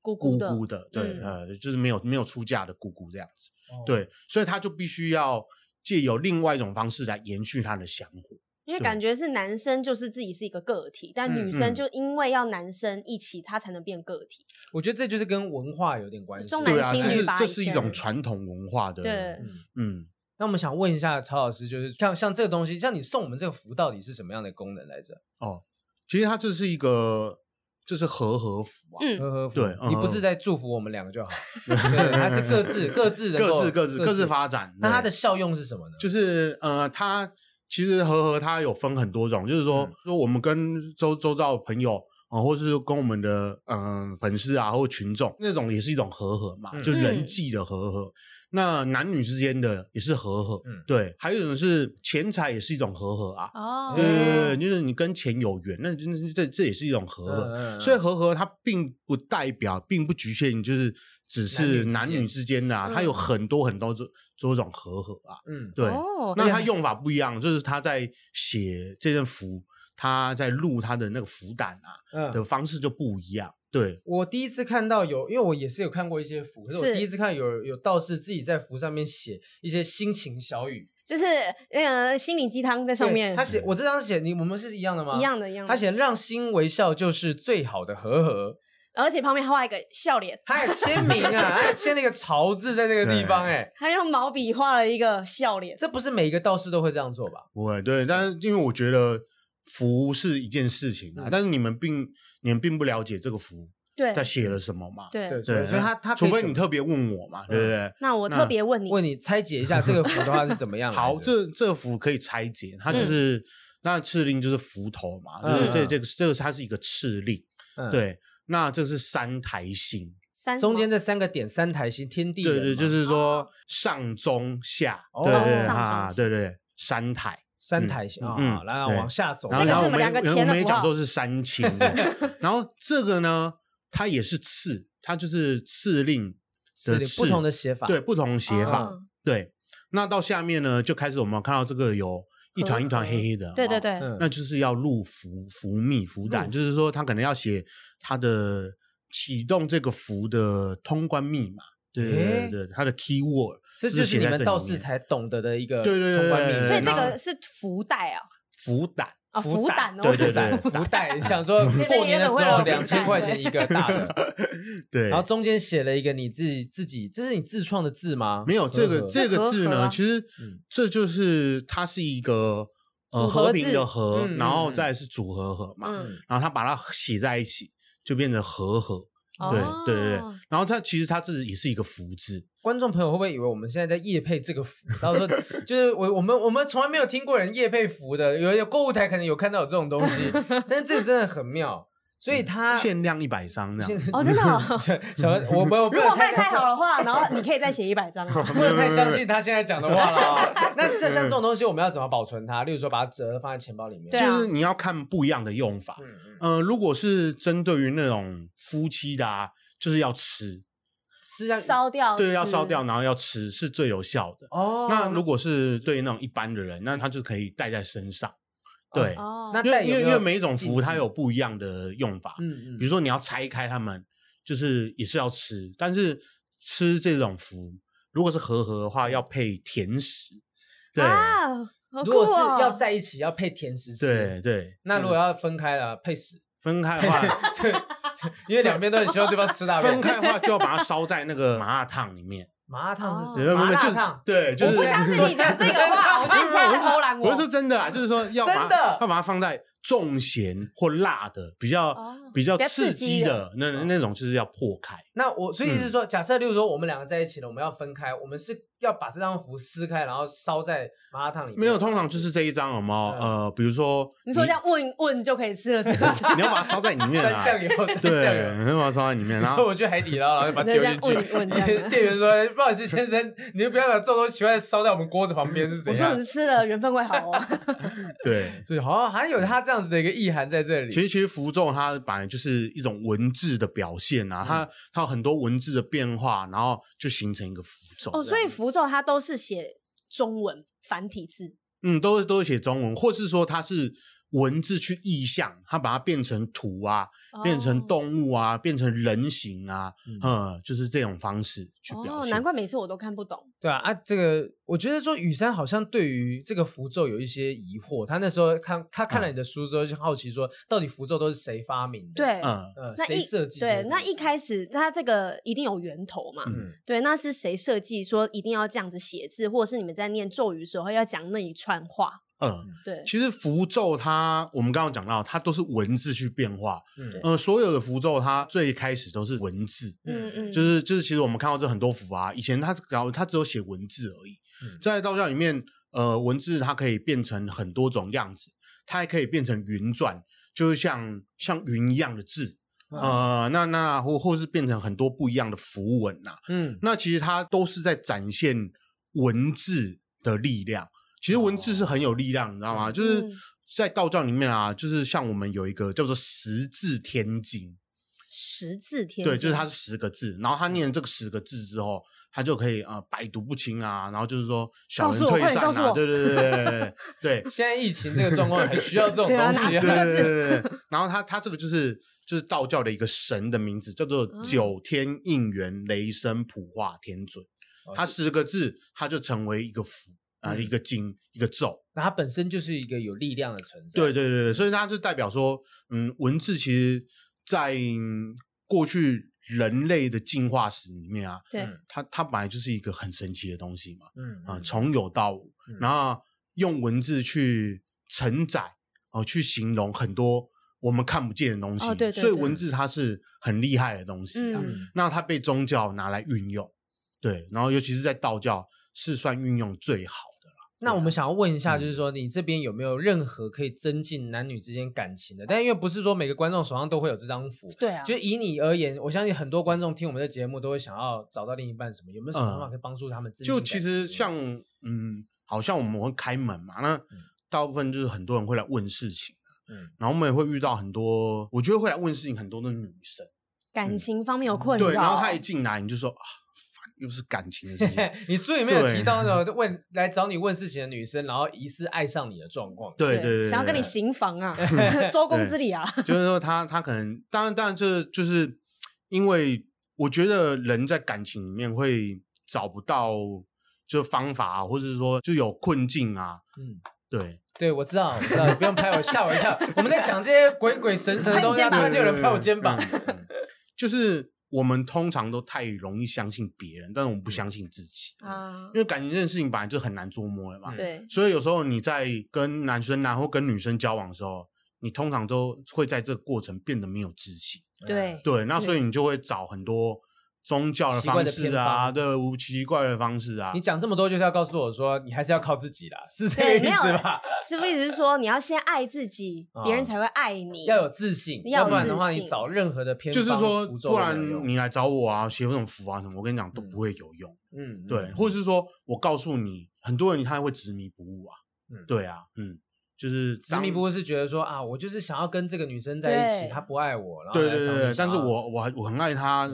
Speaker 3: 姑
Speaker 2: 姑
Speaker 3: 姑的
Speaker 2: 姑的，对，
Speaker 3: 嗯
Speaker 2: 呃，就是没有没有出嫁的姑姑这样子，
Speaker 1: 哦，
Speaker 2: 对，所以他就必须要借由另外一种方式来延续他的香火，
Speaker 3: 因为感觉是男生就是自己是一个个体，但
Speaker 1: 嗯
Speaker 3: 女
Speaker 2: 嗯
Speaker 3: 生就因为要男生一起，她才能变个体。
Speaker 1: 我觉得这就是跟文化有点关系。
Speaker 3: 重男
Speaker 2: 对啊，
Speaker 3: 轻
Speaker 2: 这
Speaker 3: 女
Speaker 2: 是
Speaker 3: 吧
Speaker 2: 这
Speaker 3: 以
Speaker 2: 是一
Speaker 3: 前
Speaker 2: 种传统文化的，
Speaker 3: 对
Speaker 1: 嗯
Speaker 2: 嗯，
Speaker 1: 那我们想问一下曹老师，就是像像这个东西，像你送我们这个符到底是什么样的功能来着？
Speaker 2: 其实它这是一个，这是和和服啊，
Speaker 3: 嗯，
Speaker 1: 呵呵符，
Speaker 2: 对
Speaker 1: 你不是
Speaker 2: 嗯
Speaker 1: 在祝福我们两个就 好，对，嗯它是各自各自能够
Speaker 2: 各自各自各自发展。
Speaker 1: 那它的
Speaker 2: 对
Speaker 1: 效用是什么呢？
Speaker 2: 就是呃，它其实和和它有分很多种，就是说、
Speaker 1: 嗯
Speaker 2: 说我们跟周周遭的朋友。啊、或是跟我们的嗯、呃粉丝啊，或群众那种也是一种和和嘛，
Speaker 1: 嗯
Speaker 2: 就人
Speaker 3: 嗯
Speaker 2: 际的和和。那男女之间的也是和和，
Speaker 1: 嗯
Speaker 2: 对。还有一种是钱财也是一种和和啊，
Speaker 3: 哦，
Speaker 2: 对对对，就是你跟钱有缘，那那那这这也是一种和和。
Speaker 1: 嗯
Speaker 2: 所以和和它并不代表，并不局限于就是只是
Speaker 1: 男
Speaker 2: 男
Speaker 1: 女之间
Speaker 2: 女之间的、啊，
Speaker 3: 嗯
Speaker 2: 它有很多很多这这种和和啊，
Speaker 1: 嗯，
Speaker 2: 对。
Speaker 3: 哦，
Speaker 2: 那它用法不一样，就是他在写这件符，他在录他的那个符胆啊
Speaker 1: 嗯
Speaker 2: 的方式就不一样，对，
Speaker 1: 我第一次看到有，因为我也是有看过一些符，可是我
Speaker 3: 是
Speaker 1: 第一次看有有道士自己在符上面写一些心情小语，
Speaker 3: 就是那个心灵鸡汤在上
Speaker 1: 对
Speaker 3: 面
Speaker 1: 他，
Speaker 2: 嗯
Speaker 1: 写我这张写你我们是一样的吗？
Speaker 3: 一样的一样的
Speaker 1: 他写让心微笑就是最好的和和，
Speaker 3: 而且旁边还画一个笑脸，
Speaker 1: 他还签名啊，还签那个潮字在这个地方、哎，
Speaker 3: 他用毛笔画了一个笑脸。
Speaker 1: 这不是每一个道士都会这样做吧？
Speaker 2: 不会对。但是因为我觉得符是一件事情
Speaker 1: 嗯
Speaker 2: 啊，但是你们并你们并不了解这个符
Speaker 3: 对
Speaker 2: 在写了什么嘛，
Speaker 3: 对
Speaker 1: 对，所以所以他他可
Speaker 2: 嗯除
Speaker 1: 以
Speaker 2: 非
Speaker 1: 怎
Speaker 2: 你
Speaker 1: 么嗯
Speaker 2: 特别问我嘛，对不对？
Speaker 3: 那我
Speaker 2: 那
Speaker 3: 特别问你，
Speaker 1: 问你拆解一下这个符的话是怎么样来着？
Speaker 2: 好，这这符可以拆解，它就是、那赤令就是符头嘛，就是
Speaker 1: 嗯
Speaker 2: 这
Speaker 1: 嗯
Speaker 2: 这个这个它是一个赤令，
Speaker 1: 嗯，
Speaker 2: 对，那这是三台星，
Speaker 3: 三
Speaker 1: 中间
Speaker 3: 的
Speaker 1: 这三个点三台星天地
Speaker 2: 对
Speaker 1: 人
Speaker 2: 对，
Speaker 1: 嘛
Speaker 2: 就是说上中下，
Speaker 1: 哦
Speaker 2: 对对对
Speaker 3: 哦上
Speaker 2: 啊，
Speaker 3: 中
Speaker 2: 对对对，三台。
Speaker 1: 三台星啊、
Speaker 2: 嗯嗯
Speaker 1: 然后
Speaker 2: 对
Speaker 1: 往下走，
Speaker 2: 然后
Speaker 3: 这个
Speaker 2: 然
Speaker 3: 是
Speaker 2: 后
Speaker 3: 我
Speaker 2: 我们
Speaker 3: 们两个
Speaker 2: 我
Speaker 3: 钱的
Speaker 2: 们也
Speaker 3: 符
Speaker 2: 讲
Speaker 3: 号
Speaker 2: 说是三清的， 然后这个呢，它也是次，它就是次令
Speaker 1: 是
Speaker 2: 次，
Speaker 1: 不同的写法，
Speaker 2: 对，不同写法，
Speaker 1: 哦
Speaker 3: 嗯
Speaker 2: 对。那到下面呢，就开始我们看到这个有一团一团黑黑的，
Speaker 3: 对对
Speaker 2: 哦
Speaker 3: 对，嗯
Speaker 1: 嗯
Speaker 2: 那就是要入符符密符胆，
Speaker 1: 入
Speaker 2: 就是说他可能要写他的启动这个符的通关密码，对对对
Speaker 1: 诶
Speaker 2: 对，他的 key word，
Speaker 1: 这
Speaker 2: 是
Speaker 1: 就是
Speaker 2: 写
Speaker 1: 你
Speaker 2: 在
Speaker 1: 们
Speaker 2: 这
Speaker 1: 道
Speaker 2: 里
Speaker 1: 士
Speaker 2: 面
Speaker 1: 才懂得的一个
Speaker 2: 对对对
Speaker 1: 通关秘诀
Speaker 2: 对对
Speaker 3: 所以这
Speaker 2: 然
Speaker 3: 个
Speaker 2: 后
Speaker 3: 是福袋啊，
Speaker 2: 符胆，
Speaker 3: 啊
Speaker 1: 福
Speaker 3: 福
Speaker 1: 袋
Speaker 3: 袋哦，
Speaker 2: 对对
Speaker 1: 福袋
Speaker 2: 对
Speaker 1: 福袋，想 说过年的时
Speaker 3: 原本
Speaker 1: 候
Speaker 3: 会有
Speaker 1: 两
Speaker 3: 福
Speaker 1: 千
Speaker 3: 袋
Speaker 1: 块钱一个大的，
Speaker 2: 对，
Speaker 1: 然后中间写了一个你自己自己，这是你自创的字吗？
Speaker 2: 没有这个
Speaker 1: 和
Speaker 2: 这个
Speaker 3: 和
Speaker 2: 字
Speaker 3: 合
Speaker 2: 呢，
Speaker 3: 啊
Speaker 2: 其实
Speaker 1: 嗯
Speaker 2: 这就是它是一个呃
Speaker 3: 组
Speaker 2: 和
Speaker 3: 合
Speaker 2: 平
Speaker 3: 字
Speaker 2: 的和，
Speaker 1: 嗯
Speaker 2: 然后
Speaker 1: 嗯
Speaker 2: 再是组合和嘛，
Speaker 3: 嗯，
Speaker 2: 然后它把它写在一起就变成和和。对对对对
Speaker 3: 哦，
Speaker 2: 然后它其实它这也是一个福字，
Speaker 1: 观众朋友会不会以为我们现在在夜配这个服？到时候 就是我我们我们从来没有听过人夜配服的，有有购物台可能有看到有这种东 西，但是这个真的很妙，所以它
Speaker 2: 限量一百张这样。
Speaker 3: 哦，真 的哦。
Speaker 1: 小我我我不
Speaker 3: 如
Speaker 1: 能
Speaker 3: 果
Speaker 1: 太
Speaker 3: 卖太好的话，然后你可以再写一 百张啊。
Speaker 1: 不能太相信他现在讲的话了啊。那这像这种东西，我们要怎么保存它？例如说，把它折了放在钱包里面。
Speaker 3: 对
Speaker 2: 就
Speaker 3: 啊
Speaker 2: 是你要看不一样的用法。
Speaker 1: 嗯嗯，
Speaker 2: 呃，如果是针对于那种夫妻的啊，就是要吃，
Speaker 1: 是让
Speaker 3: 烧掉，
Speaker 2: 对，要烧掉，。然后要吃是最有效的。
Speaker 1: 哦。
Speaker 2: 那如果是对于那种一般的人，那他就可以带在身上。对，
Speaker 3: 哦，
Speaker 1: 那
Speaker 2: 因
Speaker 1: 带
Speaker 2: 为
Speaker 1: 有没
Speaker 2: 因为
Speaker 1: 有
Speaker 2: 因为每一种
Speaker 1: 禁
Speaker 2: 符它
Speaker 1: 忌
Speaker 2: 有不一样的用法，
Speaker 1: 嗯
Speaker 2: 比
Speaker 1: 嗯
Speaker 2: 如说你要拆开它们，就是也是要吃，但是吃这种符，如果是和合的话，要配甜食。对、
Speaker 3: 啊，好
Speaker 1: 如果
Speaker 3: 酷
Speaker 1: 是
Speaker 3: 哦
Speaker 1: 要在一起要配甜食吃，
Speaker 2: 对对，
Speaker 1: 那如果要分开了配屎，
Speaker 2: 分开的话，
Speaker 1: 这这因为两边都很希望对方 吃大
Speaker 2: 分
Speaker 1: 便。
Speaker 2: 开的话就要把它烧在那个麻辣烫里面，
Speaker 1: 麻辣烫是
Speaker 3: 哦
Speaker 1: 什么？麻辣
Speaker 2: 就
Speaker 1: 烫。
Speaker 2: 对，就
Speaker 1: 我
Speaker 2: 是
Speaker 1: 不
Speaker 3: 我相信
Speaker 1: 说
Speaker 3: 你讲这个话，啊我觉得你现在在偷懒
Speaker 2: 啊
Speaker 3: 哦
Speaker 2: 我
Speaker 3: 我
Speaker 2: 是。说真的啊，就是说要把
Speaker 1: 真的
Speaker 2: 它要把它放在重咸或辣的，比较
Speaker 3: 哦
Speaker 2: 比较
Speaker 3: 比较
Speaker 2: 刺
Speaker 3: 刺
Speaker 2: 激
Speaker 3: 激的
Speaker 2: 的
Speaker 3: 哦
Speaker 2: 那那种，就是要破开。
Speaker 1: 那我所
Speaker 2: 嗯
Speaker 1: 以是说，假设例如说我们两个在一起了，我们要分开，我们是要把这张符撕开，然后烧在麻辣烫里面。
Speaker 2: 没有，通常就是这一张有没有？
Speaker 1: 嗯
Speaker 2: 呃，比如说
Speaker 3: 你说这样问问就可以吃了，是 不是？
Speaker 2: 你要把它烧在里面
Speaker 1: 沾
Speaker 2: 啊，
Speaker 1: 酱油，沾
Speaker 2: 对，
Speaker 1: 酱油。
Speaker 2: 你要把它烧在 里面，
Speaker 1: 你
Speaker 2: 然
Speaker 1: 说
Speaker 2: 后
Speaker 1: 我去海底捞，然后就把它
Speaker 3: 你就
Speaker 1: 丢
Speaker 3: 这
Speaker 1: 进
Speaker 3: 样
Speaker 1: 去。
Speaker 3: 问问这样
Speaker 1: 店员说：“不好意思，先生，你就不要把这种东西奇怪的烧在我们锅子旁边是
Speaker 3: 我
Speaker 1: 怎
Speaker 3: 说
Speaker 1: 样
Speaker 3: 你吃了缘分会好哦。
Speaker 2: 对。
Speaker 1: 所以好像还有它这样子的一个意涵在这里。
Speaker 2: 其实，其实符咒它本来就是一种文字的表现啊，它它有很多文字的变化，然后就形成一个符咒这样。
Speaker 3: 哦，所以符咒它都是写中文繁体字，
Speaker 2: 嗯，都是都是写中文，或是说它是文字去意象，它把它变成图啊，变成
Speaker 3: 哦
Speaker 2: 动物啊，变成人形啊，
Speaker 1: 嗯
Speaker 2: 嗯，就是这种方式去表
Speaker 3: 哦，
Speaker 2: 现。
Speaker 3: 难怪每次我都看不懂。
Speaker 1: 对啊，啊，这个我觉得说雨山好像对于这个符咒有一些疑惑。他那时候看他看了你的书之后，就好奇说，到底符咒都是谁发明的？，
Speaker 3: 对，
Speaker 2: 嗯，
Speaker 1: 呃，
Speaker 3: 那
Speaker 1: 谁
Speaker 3: 一
Speaker 1: 设计的？
Speaker 3: 对，那一开始它这个一定有源头嘛？
Speaker 2: 嗯
Speaker 1: 嗯，
Speaker 3: 对，那是谁设计说一定要这样子写字，或者是你们在念咒语的时候要讲那一串话？
Speaker 2: 嗯，
Speaker 3: 对，
Speaker 2: 其实符咒它，我们刚刚讲到，它都是文字去变化。
Speaker 1: 嗯
Speaker 2: 呃，所有的符咒它最开始都是文字，
Speaker 3: 嗯嗯，
Speaker 2: 就是就是，其实我们看到这很多符啊，以前它搞它只有写文字而已，
Speaker 1: 嗯
Speaker 2: 在道教里面，呃，文字它可以变成很多种样子，它还可以变成云转，就是像像云一样的字，呃，那那或或是变成很多不一样的符文呐、
Speaker 1: 嗯，
Speaker 2: 那其实它都是在展现文字的力量。其实文字是很有力量，你知道吗？就是
Speaker 3: 嗯
Speaker 2: 在道教里面啊，就是像我们有一个叫做十字天经，
Speaker 3: 十字天
Speaker 2: 对，就是它
Speaker 3: 它
Speaker 2: 是十个字，然后他
Speaker 3: 嗯
Speaker 2: 念了这个十个字之后，他就可以呃百毒不侵啊，然后就是说小
Speaker 3: 告
Speaker 2: 人
Speaker 3: 诉我
Speaker 2: 退
Speaker 3: 快点
Speaker 2: 散
Speaker 3: 告诉
Speaker 2: 啊，
Speaker 3: 我
Speaker 2: 对对对对 对对对
Speaker 1: 现在疫情这个状况很需要这种
Speaker 3: 对啊
Speaker 1: 东西
Speaker 2: 对
Speaker 3: 拿十个
Speaker 1: 啊。
Speaker 2: 对
Speaker 3: 字
Speaker 2: 对对，然后他他这个就是就是道教的一个神的名字，叫做
Speaker 3: 嗯
Speaker 2: 九天应元雷声普化天准，他十个字他就成为一个符啊、
Speaker 1: 嗯
Speaker 2: 一个经一个咒，
Speaker 1: 那它本身就是一个有力量的存在。
Speaker 2: 对对对对，所以它就代表说，嗯，文字其实在嗯过去人类的进化史里面啊，
Speaker 3: 对
Speaker 1: 嗯
Speaker 2: 它它本来就是一个很神奇的东西嘛，
Speaker 1: 嗯，
Speaker 2: 啊、
Speaker 1: 嗯
Speaker 2: 从有到无，
Speaker 1: 嗯
Speaker 2: 然后用文字去承载哦、去形容很多我们看不见的东西，
Speaker 3: 哦对对
Speaker 2: 所以
Speaker 3: 对
Speaker 2: 文字它是很厉害的东西啊。
Speaker 3: 嗯
Speaker 2: 那它被宗教拿来运用，对，然后尤其是在道教是算运用最好的啦，啊嗯
Speaker 1: 那我们想要问一下，就是说你这边有没有任何可以增进男女之间感情的？但因为不是说每个观众手上都会有这张符，
Speaker 3: 对啊，
Speaker 1: 就以你而言，我相信很多观众听我们的节目都会想要找到另一半什么，有没有什么方法可以帮助他们自己？
Speaker 2: 嗯就其实像嗯，好像我们会开门嘛，那
Speaker 3: 嗯
Speaker 2: 大部分就是很多人会来问事情，
Speaker 1: 嗯
Speaker 2: 然后我们也会遇到很多，我觉得会来问事情很多的女生，
Speaker 3: 感情方面有困扰。
Speaker 2: 嗯对，然后她一进来你就说啊，烦，又是感情的事 情，
Speaker 1: 你书里面有
Speaker 2: 对
Speaker 1: 提到那种问来找你问事情的女生，然后疑似爱上你的状况。
Speaker 2: 对对对，
Speaker 3: 想要跟你
Speaker 2: 对
Speaker 3: 行房 啊，周公之礼啊，
Speaker 2: 就是说他他可能当然当然这就是因为我觉得人在感情里面会找不到就方法、啊，或者是说就有困境啊，
Speaker 1: 嗯，
Speaker 2: 对，
Speaker 1: 对，我知道，我知道，你不用拍我，吓我一跳。我们在讲这些鬼鬼神神的 东西，突然就有人拍我肩膀。
Speaker 2: 嗯，嗯嗯就是我们通常都太容易相信别人，但是我们
Speaker 1: 嗯
Speaker 2: 不相信自己，
Speaker 3: 啊
Speaker 2: 因，为感情这件事情本来就很难捉摸的嘛，
Speaker 1: 嗯
Speaker 3: 对，
Speaker 2: 所以有时候你在跟男生然后跟女生交往的时候，你通常都会在这个过程变得没有自信。
Speaker 3: 对
Speaker 2: 对，啊那所以你就会找很多宗教的
Speaker 1: 奇怪
Speaker 2: 方
Speaker 1: 的
Speaker 2: 式
Speaker 1: 偏
Speaker 2: 啊，
Speaker 1: 方
Speaker 2: 对，无奇怪的方式啊
Speaker 1: 你。讲这么多就是要告诉我说，你还是要靠自己啦，是这个
Speaker 3: 对
Speaker 1: 意
Speaker 3: 没有
Speaker 1: 思吧？
Speaker 3: 师傅一直说你要先爱自己，
Speaker 2: 啊
Speaker 3: 别人才会爱你。
Speaker 1: 要有自信，
Speaker 3: 要有
Speaker 1: 不然的话，
Speaker 3: 自
Speaker 1: 你
Speaker 3: 信
Speaker 1: 找任何的偏
Speaker 2: 就是
Speaker 1: 方
Speaker 2: 说，
Speaker 1: 符咒
Speaker 2: 不
Speaker 1: 都没有
Speaker 2: 然
Speaker 1: 用
Speaker 2: 你来找我啊，写这种符啊什么，我跟你讲都
Speaker 1: 嗯
Speaker 2: 不会有用。
Speaker 1: 嗯嗯
Speaker 2: 对，或者是说我告诉你，很多人他会执迷不悟啊。
Speaker 1: 嗯
Speaker 2: 对啊，嗯，就是
Speaker 1: 执迷
Speaker 2: 当
Speaker 1: 不。悟是觉得说啊，我就是想要跟这个女生在一起，
Speaker 3: 对
Speaker 1: 她不爱我，然后
Speaker 2: 对
Speaker 1: 啊来
Speaker 2: 对
Speaker 1: 找
Speaker 2: 对
Speaker 1: 你
Speaker 2: 对，
Speaker 1: 想要
Speaker 2: 但是我我我很爱他，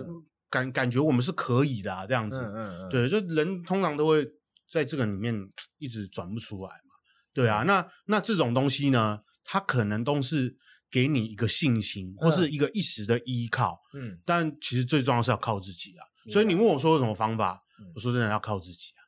Speaker 2: 感感觉我们是可以的啊，这样
Speaker 1: 嗯
Speaker 2: 子。
Speaker 1: 嗯嗯，
Speaker 2: 对，就人通常都会在这个里面一直转不出来嘛。对
Speaker 1: 嗯
Speaker 2: 啊，那那这种东西呢，它可能都是给你一个信心或是一个一时的依靠，
Speaker 1: 嗯
Speaker 2: 但其实最重要是要靠自己啊。
Speaker 1: 明白
Speaker 2: 所以你问我说有什么方法
Speaker 1: 嗯，
Speaker 2: 我说真的要靠自己啊。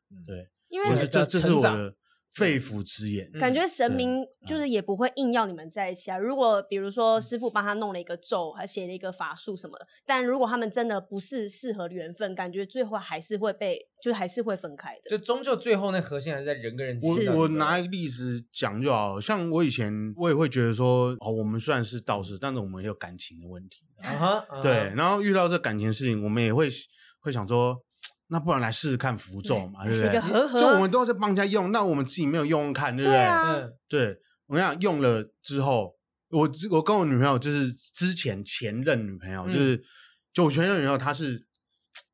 Speaker 3: 因
Speaker 2: 我
Speaker 1: 对
Speaker 2: 是
Speaker 3: 为
Speaker 2: 这
Speaker 1: 要
Speaker 2: 这是
Speaker 1: 成
Speaker 2: 我
Speaker 1: 长
Speaker 2: 的肺腑之言。
Speaker 1: 嗯
Speaker 3: 感觉神明
Speaker 2: 嗯
Speaker 3: 就是也不会硬要你们在一起啊。如果比如说师傅帮他弄了一个咒，还写了一个法术什么的，但如果他们真的不是适合的缘分，感觉最后还是会被，就是还是会分开的。
Speaker 1: 就终究最后那核心还是在人跟人之间。
Speaker 2: 我我拿一个例子讲就好了，像我以前我也会觉得说，哦，我们虽然是道士，但是我们也有感情的问题。
Speaker 1: 啊哈，
Speaker 3: 嗯
Speaker 1: 啊哈
Speaker 2: 对，，然后遇到这感情事情，我们也会会想说，那不然来试试看符咒嘛，对
Speaker 3: 是一个
Speaker 2: 不
Speaker 3: 和
Speaker 2: 对？
Speaker 3: 和，
Speaker 2: 就我们都在帮人家用，那我们自己没有用用看，对不对？
Speaker 3: 对啊
Speaker 1: 嗯
Speaker 2: 对我跟你讲，用了之后，我我跟我女朋友就是之前前任女朋友，
Speaker 1: 嗯
Speaker 2: 就是就我前任女朋友，她是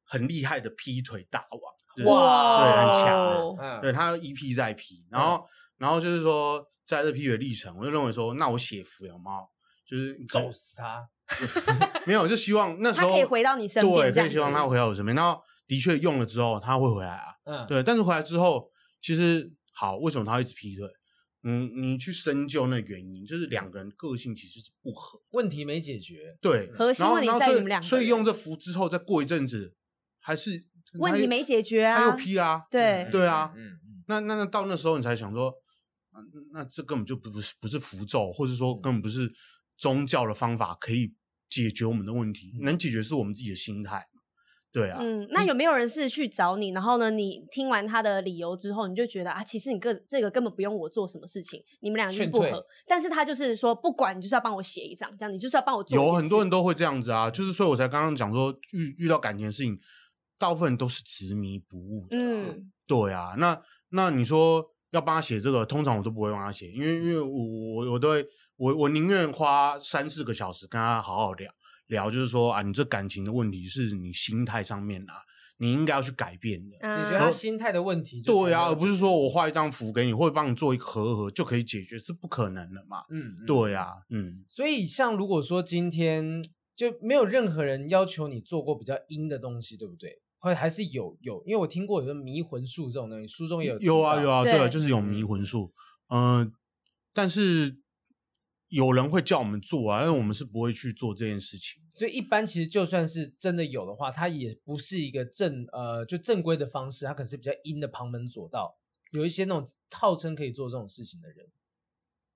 Speaker 2: 很厉害的劈腿大王，就是
Speaker 1: 哇
Speaker 2: 对，很
Speaker 3: 哦
Speaker 2: 强啊的，
Speaker 1: 嗯
Speaker 2: 对她一劈再劈，
Speaker 3: 嗯
Speaker 2: 然后、然后就是说，在这劈腿历程，我就认为说，那我写符有没有？就是
Speaker 1: 揍死他，
Speaker 2: 没有，就希望 那时候
Speaker 3: 他可以回到你身边
Speaker 2: 对，
Speaker 3: 这
Speaker 2: 可
Speaker 3: 样
Speaker 2: 以希望
Speaker 3: 子
Speaker 2: 他回到我身边。然后的确用了之后，他会回来啊，
Speaker 1: 嗯，
Speaker 2: 对。但是回来之后，其实好，为什么他会一直劈腿？嗯，你去深究那原因，就是两个人个性其实是不合，
Speaker 1: 问题没解决，
Speaker 2: 对。
Speaker 3: 核心
Speaker 2: 然后，
Speaker 3: 问题
Speaker 2: 然后
Speaker 3: 在于
Speaker 2: 所以
Speaker 3: 你们两个
Speaker 2: 所以
Speaker 3: 人
Speaker 2: 用这符之后，再过一阵子，还是
Speaker 3: 问题没解决
Speaker 2: 决他
Speaker 3: 啊
Speaker 2: 又。劈啦。
Speaker 3: 对
Speaker 1: 嗯
Speaker 2: 对啊
Speaker 1: 嗯嗯
Speaker 2: 那那那到那时候，你才想说，啊那这根本就不是不是符咒，或者说根本不是宗教的方法可以解决我们的问题，能解决是我们自己的心态嘛对啊，
Speaker 3: 嗯，那有没有人是去找你，然后呢，你听完他的理由之后，你就觉得啊，其实你个这个根本不用我做什么事情，你们俩就是
Speaker 1: 劝
Speaker 3: 不
Speaker 1: 退
Speaker 3: 合。但是他就是说，不管你就是要帮我写一张，这样你就是要帮我做。
Speaker 2: 有很多人，都会这样子啊，就是所以我才刚刚讲说，遇遇到感情的事情，大部分人都是执迷不悟的。
Speaker 3: 嗯，
Speaker 2: 对啊，那那你说要帮他写这个，通常我都不会帮他写，因为因为我我我都会我我宁愿花三四个小时跟他好好聊聊，就是说啊，你这感情的问题是你心态上面啊，你应该要去改变的。
Speaker 1: 解
Speaker 3: 啊
Speaker 1: 决他心态的问题就才能
Speaker 2: 对啊，
Speaker 1: 够
Speaker 2: 而
Speaker 1: 解
Speaker 2: 不是
Speaker 1: 决
Speaker 2: 说我画一张符给你，或者帮你做一个和合就可以解决，是不可能的嘛。
Speaker 1: 嗯嗯
Speaker 2: 对啊，嗯，
Speaker 1: 所以，像如果说今天就没有任何人要求你做过比较阴的东西，对不对？或者还是有有，因为我听过有个迷魂术这种东西，书中也有
Speaker 2: 有啊有
Speaker 1: 啊，
Speaker 2: 啊，对啊，
Speaker 3: 对
Speaker 2: 就是有迷魂术，嗯、但是有人会叫我们做啊，但是我们是不会去做这件事情。
Speaker 1: 所以一般其实就算是真的有的话，它也不是一个正呃就正规的方式，它可能是比较阴的旁门左道。有一些那种号称可以做这种事情的人，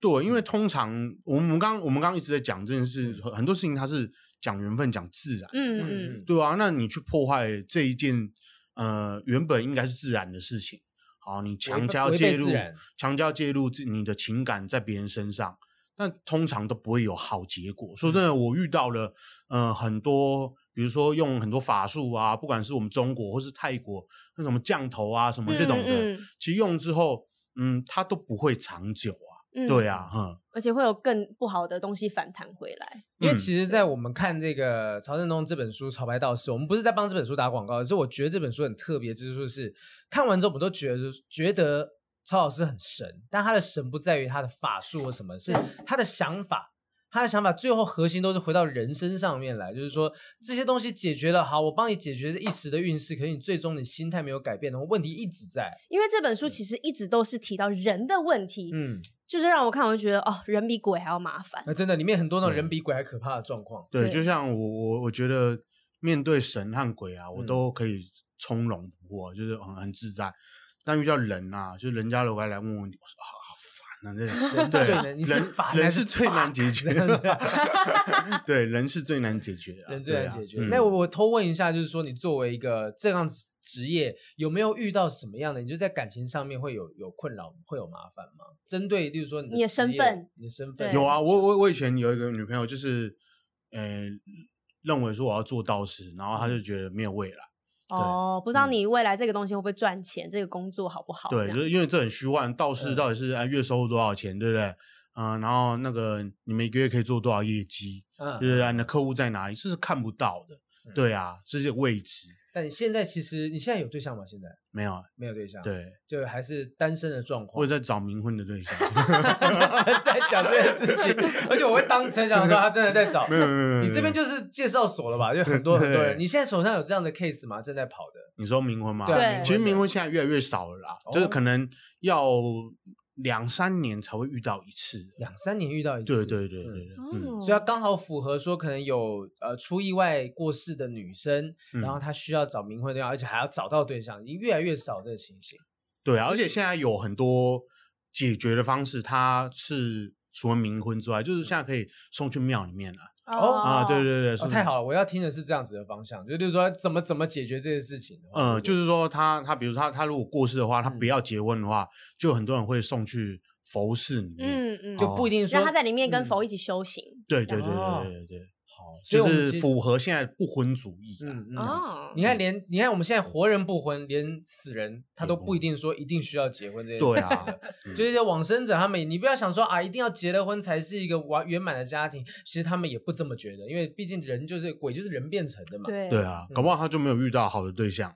Speaker 2: 对，因
Speaker 1: 嗯
Speaker 2: 为通常我们刚我们刚刚一直在讲这件事，很多事情它是讲缘分、讲自然，
Speaker 3: 嗯嗯，
Speaker 2: 对啊，那你去破坏这一件呃原本应该是自然的事情，好，你强加
Speaker 1: 违背
Speaker 2: 介入
Speaker 1: 自然，
Speaker 2: 强加介入自你的情感在别人身上，那通常都不会有好结果。说真的，
Speaker 3: 嗯
Speaker 2: 我遇到了呃很多，比如说用很多法术啊，不管是我们中国或是泰国那什么降头啊什么这种的，
Speaker 3: 嗯嗯
Speaker 2: 其实用之后嗯，它都不会长久啊。
Speaker 3: 嗯
Speaker 2: 对，啊，哈，
Speaker 3: 而且会有更不好的东西反弹回来。
Speaker 1: 因为
Speaker 2: 嗯
Speaker 1: 其实，在我们看这个曹振东这本书《潮牌道士》，我们不是在帮这本书打广告，而是我觉得这本书很特别之处是，看完之后我们都觉得就是觉得曹老师很神，但他的神不在于他的法术或什么，是他的想法。他的想法最后核心都是回到人身上面来，就是说这些东西解决了，好，我帮你解决一时的运势，可是你最终你心态没有改变的话，问题一直在。
Speaker 3: 因为这本
Speaker 2: 嗯
Speaker 3: 书其实一直都是提到人的问题，
Speaker 1: 嗯，
Speaker 3: 就是让我看我就觉得哦，人比鬼还要麻烦。
Speaker 1: 那真的里面很多那种
Speaker 2: 对
Speaker 1: 人比鬼还可怕的状况。
Speaker 2: 对，
Speaker 3: 对
Speaker 2: 就像我我我觉得面对神和鬼啊，我
Speaker 1: 嗯
Speaker 2: 都可以从容不迫，就是很很自在。但遇到人啊，就是人家如果来问我问题，我说啊好烦啊，这
Speaker 1: 人
Speaker 2: 种 对
Speaker 1: 最难你是
Speaker 2: 人
Speaker 1: 烦还
Speaker 2: 人
Speaker 1: 是
Speaker 2: 是最难解决
Speaker 1: 这样子啊
Speaker 2: 的， 对，人是最难解决的啊，
Speaker 1: 人最
Speaker 2: 对
Speaker 1: 难
Speaker 2: 啊
Speaker 1: 解决。
Speaker 2: 嗯
Speaker 1: 那我我偷问一下，就是说你作为一个这样子职业，有没有遇到什么样的？你就在感情上面会有有困扰，会有麻烦吗？针对，例如说你
Speaker 3: 你的
Speaker 1: 职
Speaker 3: 身
Speaker 1: 业
Speaker 3: 份，
Speaker 1: 你的身份
Speaker 3: 对
Speaker 2: 有啊，我我我以前有一个女朋友，就是呃认为说我要做道士，然后
Speaker 1: 嗯
Speaker 2: 她就觉得没有未来，
Speaker 3: 哦，不知道
Speaker 2: 嗯
Speaker 3: 你未来这个东西会不会赚钱，这个工作好不好？
Speaker 2: 对，
Speaker 3: 这
Speaker 2: 就
Speaker 3: 样
Speaker 2: 是因为这很虚幻，道士
Speaker 1: 嗯
Speaker 2: 到底是按月收入多少钱，对不对？嗯，然后那个你每个月可以做多少业绩，
Speaker 1: 嗯，
Speaker 2: 对不啊对？你的客户在哪里，这是看不到的，
Speaker 1: 嗯
Speaker 2: 对啊，这些位置
Speaker 1: 但你现在其实你现在有对象吗？现在
Speaker 2: 没有，
Speaker 1: 没有对象，，
Speaker 2: 对，
Speaker 1: 就还是单身的状
Speaker 2: 或
Speaker 1: 况。
Speaker 2: 者在找冥婚的对 象，
Speaker 1: 在讲这件事情，而且我会当成想说他真的在找
Speaker 2: 没。有没有没有没有，
Speaker 1: 你这边
Speaker 2: 就
Speaker 1: 就是介绍所了吧？就很多很多人。
Speaker 2: 对
Speaker 1: 你现在手上有这样的 case 吗？正在跑的，
Speaker 2: 你说冥婚吗？
Speaker 1: 对
Speaker 3: 啊
Speaker 2: 其实
Speaker 1: 冥婚的
Speaker 2: 冥婚现在越来越少了啦，就是
Speaker 1: 哦
Speaker 2: 可能要两三年才会遇到一次，
Speaker 1: 两三年遇到一次。
Speaker 2: 对对对
Speaker 1: 嗯
Speaker 2: 对对，嗯，
Speaker 3: 哦，
Speaker 1: 所以要刚好符合说，可能有呃出意外过世的女生，
Speaker 2: 嗯
Speaker 1: 然后她需要找冥婚对象，而且还要找到对象，已经越来越少这个情形。
Speaker 2: 对啊，而且现在有很多解决的方式，它是除了冥婚之外，就是现在可以送去庙里面了
Speaker 1: 哦
Speaker 2: 啊，对对对，
Speaker 1: 哦，
Speaker 2: 是
Speaker 1: 太好了，我要听的是这样子的方向，就就是说怎么怎么解决这件事情的话。
Speaker 2: 呃，就是说他他，比如说他他如果过世的话，他
Speaker 1: 嗯
Speaker 2: 不要结婚的话，就有很多人会送去佛寺里面。
Speaker 3: 嗯嗯，
Speaker 1: 就不一定说
Speaker 3: 让他在里面跟
Speaker 1: 嗯
Speaker 3: 佛一起修行。
Speaker 2: 对对对
Speaker 1: 哦
Speaker 2: 对对对对，
Speaker 1: 好，所以
Speaker 2: 就
Speaker 1: 我们其
Speaker 2: 是
Speaker 1: 实
Speaker 2: 符合现在不婚主义啊。
Speaker 1: 嗯嗯。
Speaker 3: 哦，
Speaker 1: 你看连，你看我们现在活人不婚，连死人他都不一定说一定需要结婚这件事
Speaker 2: 嗯对
Speaker 1: 情
Speaker 2: 啊
Speaker 1: 的，
Speaker 2: 嗯
Speaker 1: 就是往生者他们，你不要想说啊，一定要结了婚才是一个完圆满的家庭，其实他们也不这么觉得，因为毕竟人就是鬼，就是人变成的嘛。
Speaker 3: 对
Speaker 2: 对啊，搞不好他就没有遇到好的对象。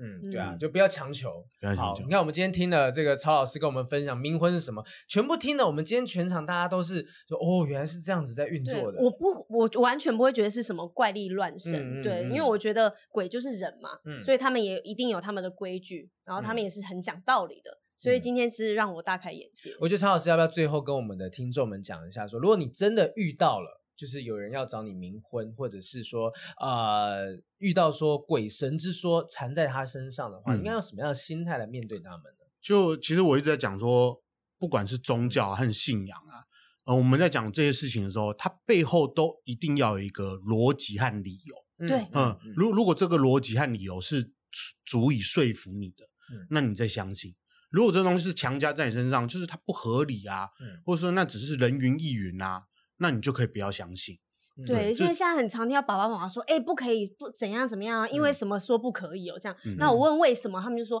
Speaker 1: 嗯，对啊，
Speaker 2: 嗯
Speaker 1: 就不要强求。
Speaker 2: 不要强
Speaker 1: 好
Speaker 2: 求
Speaker 1: 你看我们今天听了这个曹老师跟我们分享冥婚是什么，全部听了，我们今天全场大家都是说哦，原来是这样子在运
Speaker 3: 对
Speaker 1: 作的。
Speaker 3: 我不，我完全不会觉得是什么怪力乱神，
Speaker 1: 嗯嗯
Speaker 3: 对，
Speaker 1: 嗯
Speaker 3: 因为我觉得鬼就是人嘛，
Speaker 1: 嗯
Speaker 3: 所以他们也一定有他们的规矩，然后他们也是很讲道理的，所以今天是让我大开眼界。
Speaker 1: 嗯我觉得曹老师要不要最后跟我们的听众们讲一下说如果你真的遇到了。就是有人要找你冥婚，或者是说，呃，遇到说鬼神之说缠在他身上的话，
Speaker 2: 嗯
Speaker 1: 应该用什么样的心态来面对他们呢？
Speaker 2: 就其实我一直在讲说，不管是
Speaker 3: 嗯
Speaker 2: 宗教啊和信仰啊，呃，我们在讲这些事情的时候，它背后都一定要有一个逻辑和理由。
Speaker 3: 对
Speaker 2: 嗯，如如果这个逻辑和理由是足足以说服你的，
Speaker 1: 嗯
Speaker 2: 那你再相信。如果这东西是强加在你身上，就是它不合理啊，
Speaker 1: 嗯
Speaker 2: 或者说那只是人云亦云啊，那你就可以不要相信。
Speaker 1: 嗯
Speaker 3: 对，
Speaker 2: 对
Speaker 3: 因为
Speaker 2: 就
Speaker 3: 现在很常听到爸爸妈妈说，哎、不可以，不怎样怎么样啊，
Speaker 1: 嗯
Speaker 3: 因为什么说不可以哦，这样。
Speaker 2: 嗯
Speaker 3: 那我问为什么，他们就说，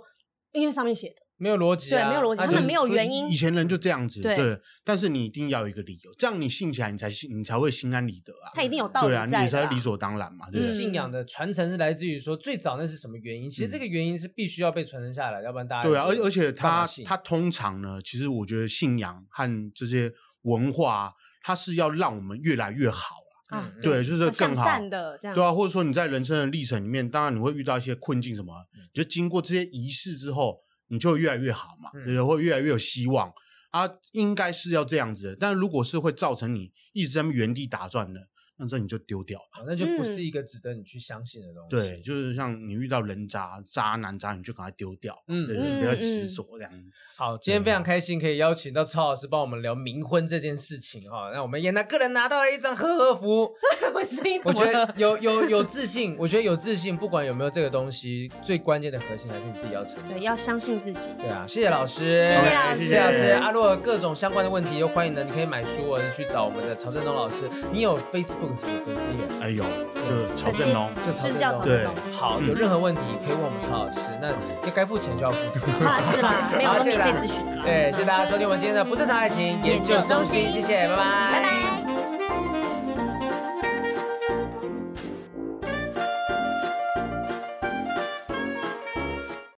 Speaker 3: 因为上面写的。
Speaker 1: 没有逻辑啊，
Speaker 3: 对没有逻辑
Speaker 1: 那
Speaker 3: 他
Speaker 1: 就
Speaker 3: 们
Speaker 1: 是
Speaker 3: 没有
Speaker 2: 所以
Speaker 3: 原因
Speaker 2: 以前人就这样子，
Speaker 3: 对
Speaker 2: 但是你一定要有一个理由，这样你信起来，你才信，你才会心安理得啊。
Speaker 3: 他一定有道理
Speaker 2: 对啊，你
Speaker 3: 在
Speaker 2: 也
Speaker 3: 的、
Speaker 2: 才理所当然嘛，对不对？
Speaker 1: 信仰的传承是来自于说最早那是什么原因？其实这个原因是必须要被传承下来，要不然大家
Speaker 2: 嗯对啊，而
Speaker 1: 就
Speaker 2: 而且
Speaker 1: 干嘛
Speaker 2: 它
Speaker 1: 信
Speaker 2: 它通常呢，其实我觉得信仰和这些文化啊，它是要让我们越来越好啊。
Speaker 3: 啊
Speaker 1: 嗯，
Speaker 2: 对，就是
Speaker 3: 哦向
Speaker 2: 更好。
Speaker 3: 善的这样。
Speaker 2: 对啊，或者说你在人生的历程里面，当然你会遇到一些困境什么，
Speaker 1: 嗯
Speaker 2: 你就经过这些仪式之后，你就会越来越好嘛，
Speaker 1: 嗯
Speaker 2: 对不对，会越来越有希望啊，应该是要这样子的。但如果是会造成你一直在那边原地打转的，那这你就丢掉吧。
Speaker 1: 啊那就不
Speaker 3: 嗯
Speaker 1: 是一个值得你去相信的东西。
Speaker 2: 对，就是像你遇到人渣、渣男、渣女，你就赶快丢掉嘛，
Speaker 1: 嗯
Speaker 2: 对对
Speaker 3: 嗯
Speaker 2: 对，不要
Speaker 3: 嗯
Speaker 2: 执着这样。
Speaker 1: 好，今天非
Speaker 2: 嗯
Speaker 1: 常开心可以邀请到超老师帮我们聊冥婚这件事情哈。那我们也拿个人拿到了一张呵呵福，
Speaker 3: 我声音
Speaker 1: 我
Speaker 3: 怎
Speaker 1: 觉
Speaker 3: 么了
Speaker 1: 得？有有有自信，我觉得有自信，不管有没有这个东西，最关键的核心还是你自己要成长
Speaker 3: 对，。要相信自己。
Speaker 1: 对啊，谢谢老师，
Speaker 3: 谢老师
Speaker 1: 谢谢老师。哦啊，如果有各种相关的问题，又欢迎呢，你可以买书或者是去找我们的曹振东老师。你有 Facebook Facebook 什么粉丝页，
Speaker 2: 哎呦，就是曹
Speaker 3: 粉丝
Speaker 2: 振龙，
Speaker 1: 就
Speaker 3: 就
Speaker 1: 曹
Speaker 3: 是
Speaker 1: 振
Speaker 3: 叫
Speaker 1: 龙
Speaker 3: 曹
Speaker 2: 对
Speaker 3: 振龙，
Speaker 1: 好，有任何问题可以问我们陈老师，那要该付钱就要付 钱。
Speaker 3: 那啊 是啦，没有
Speaker 1: 好
Speaker 3: 都
Speaker 1: 谢谢
Speaker 3: 免
Speaker 1: 大家
Speaker 3: 费咨询的啦。
Speaker 1: 对，谢谢大家收听我们今天的不正常爱情研究中心，谢谢，拜拜，
Speaker 3: 拜拜。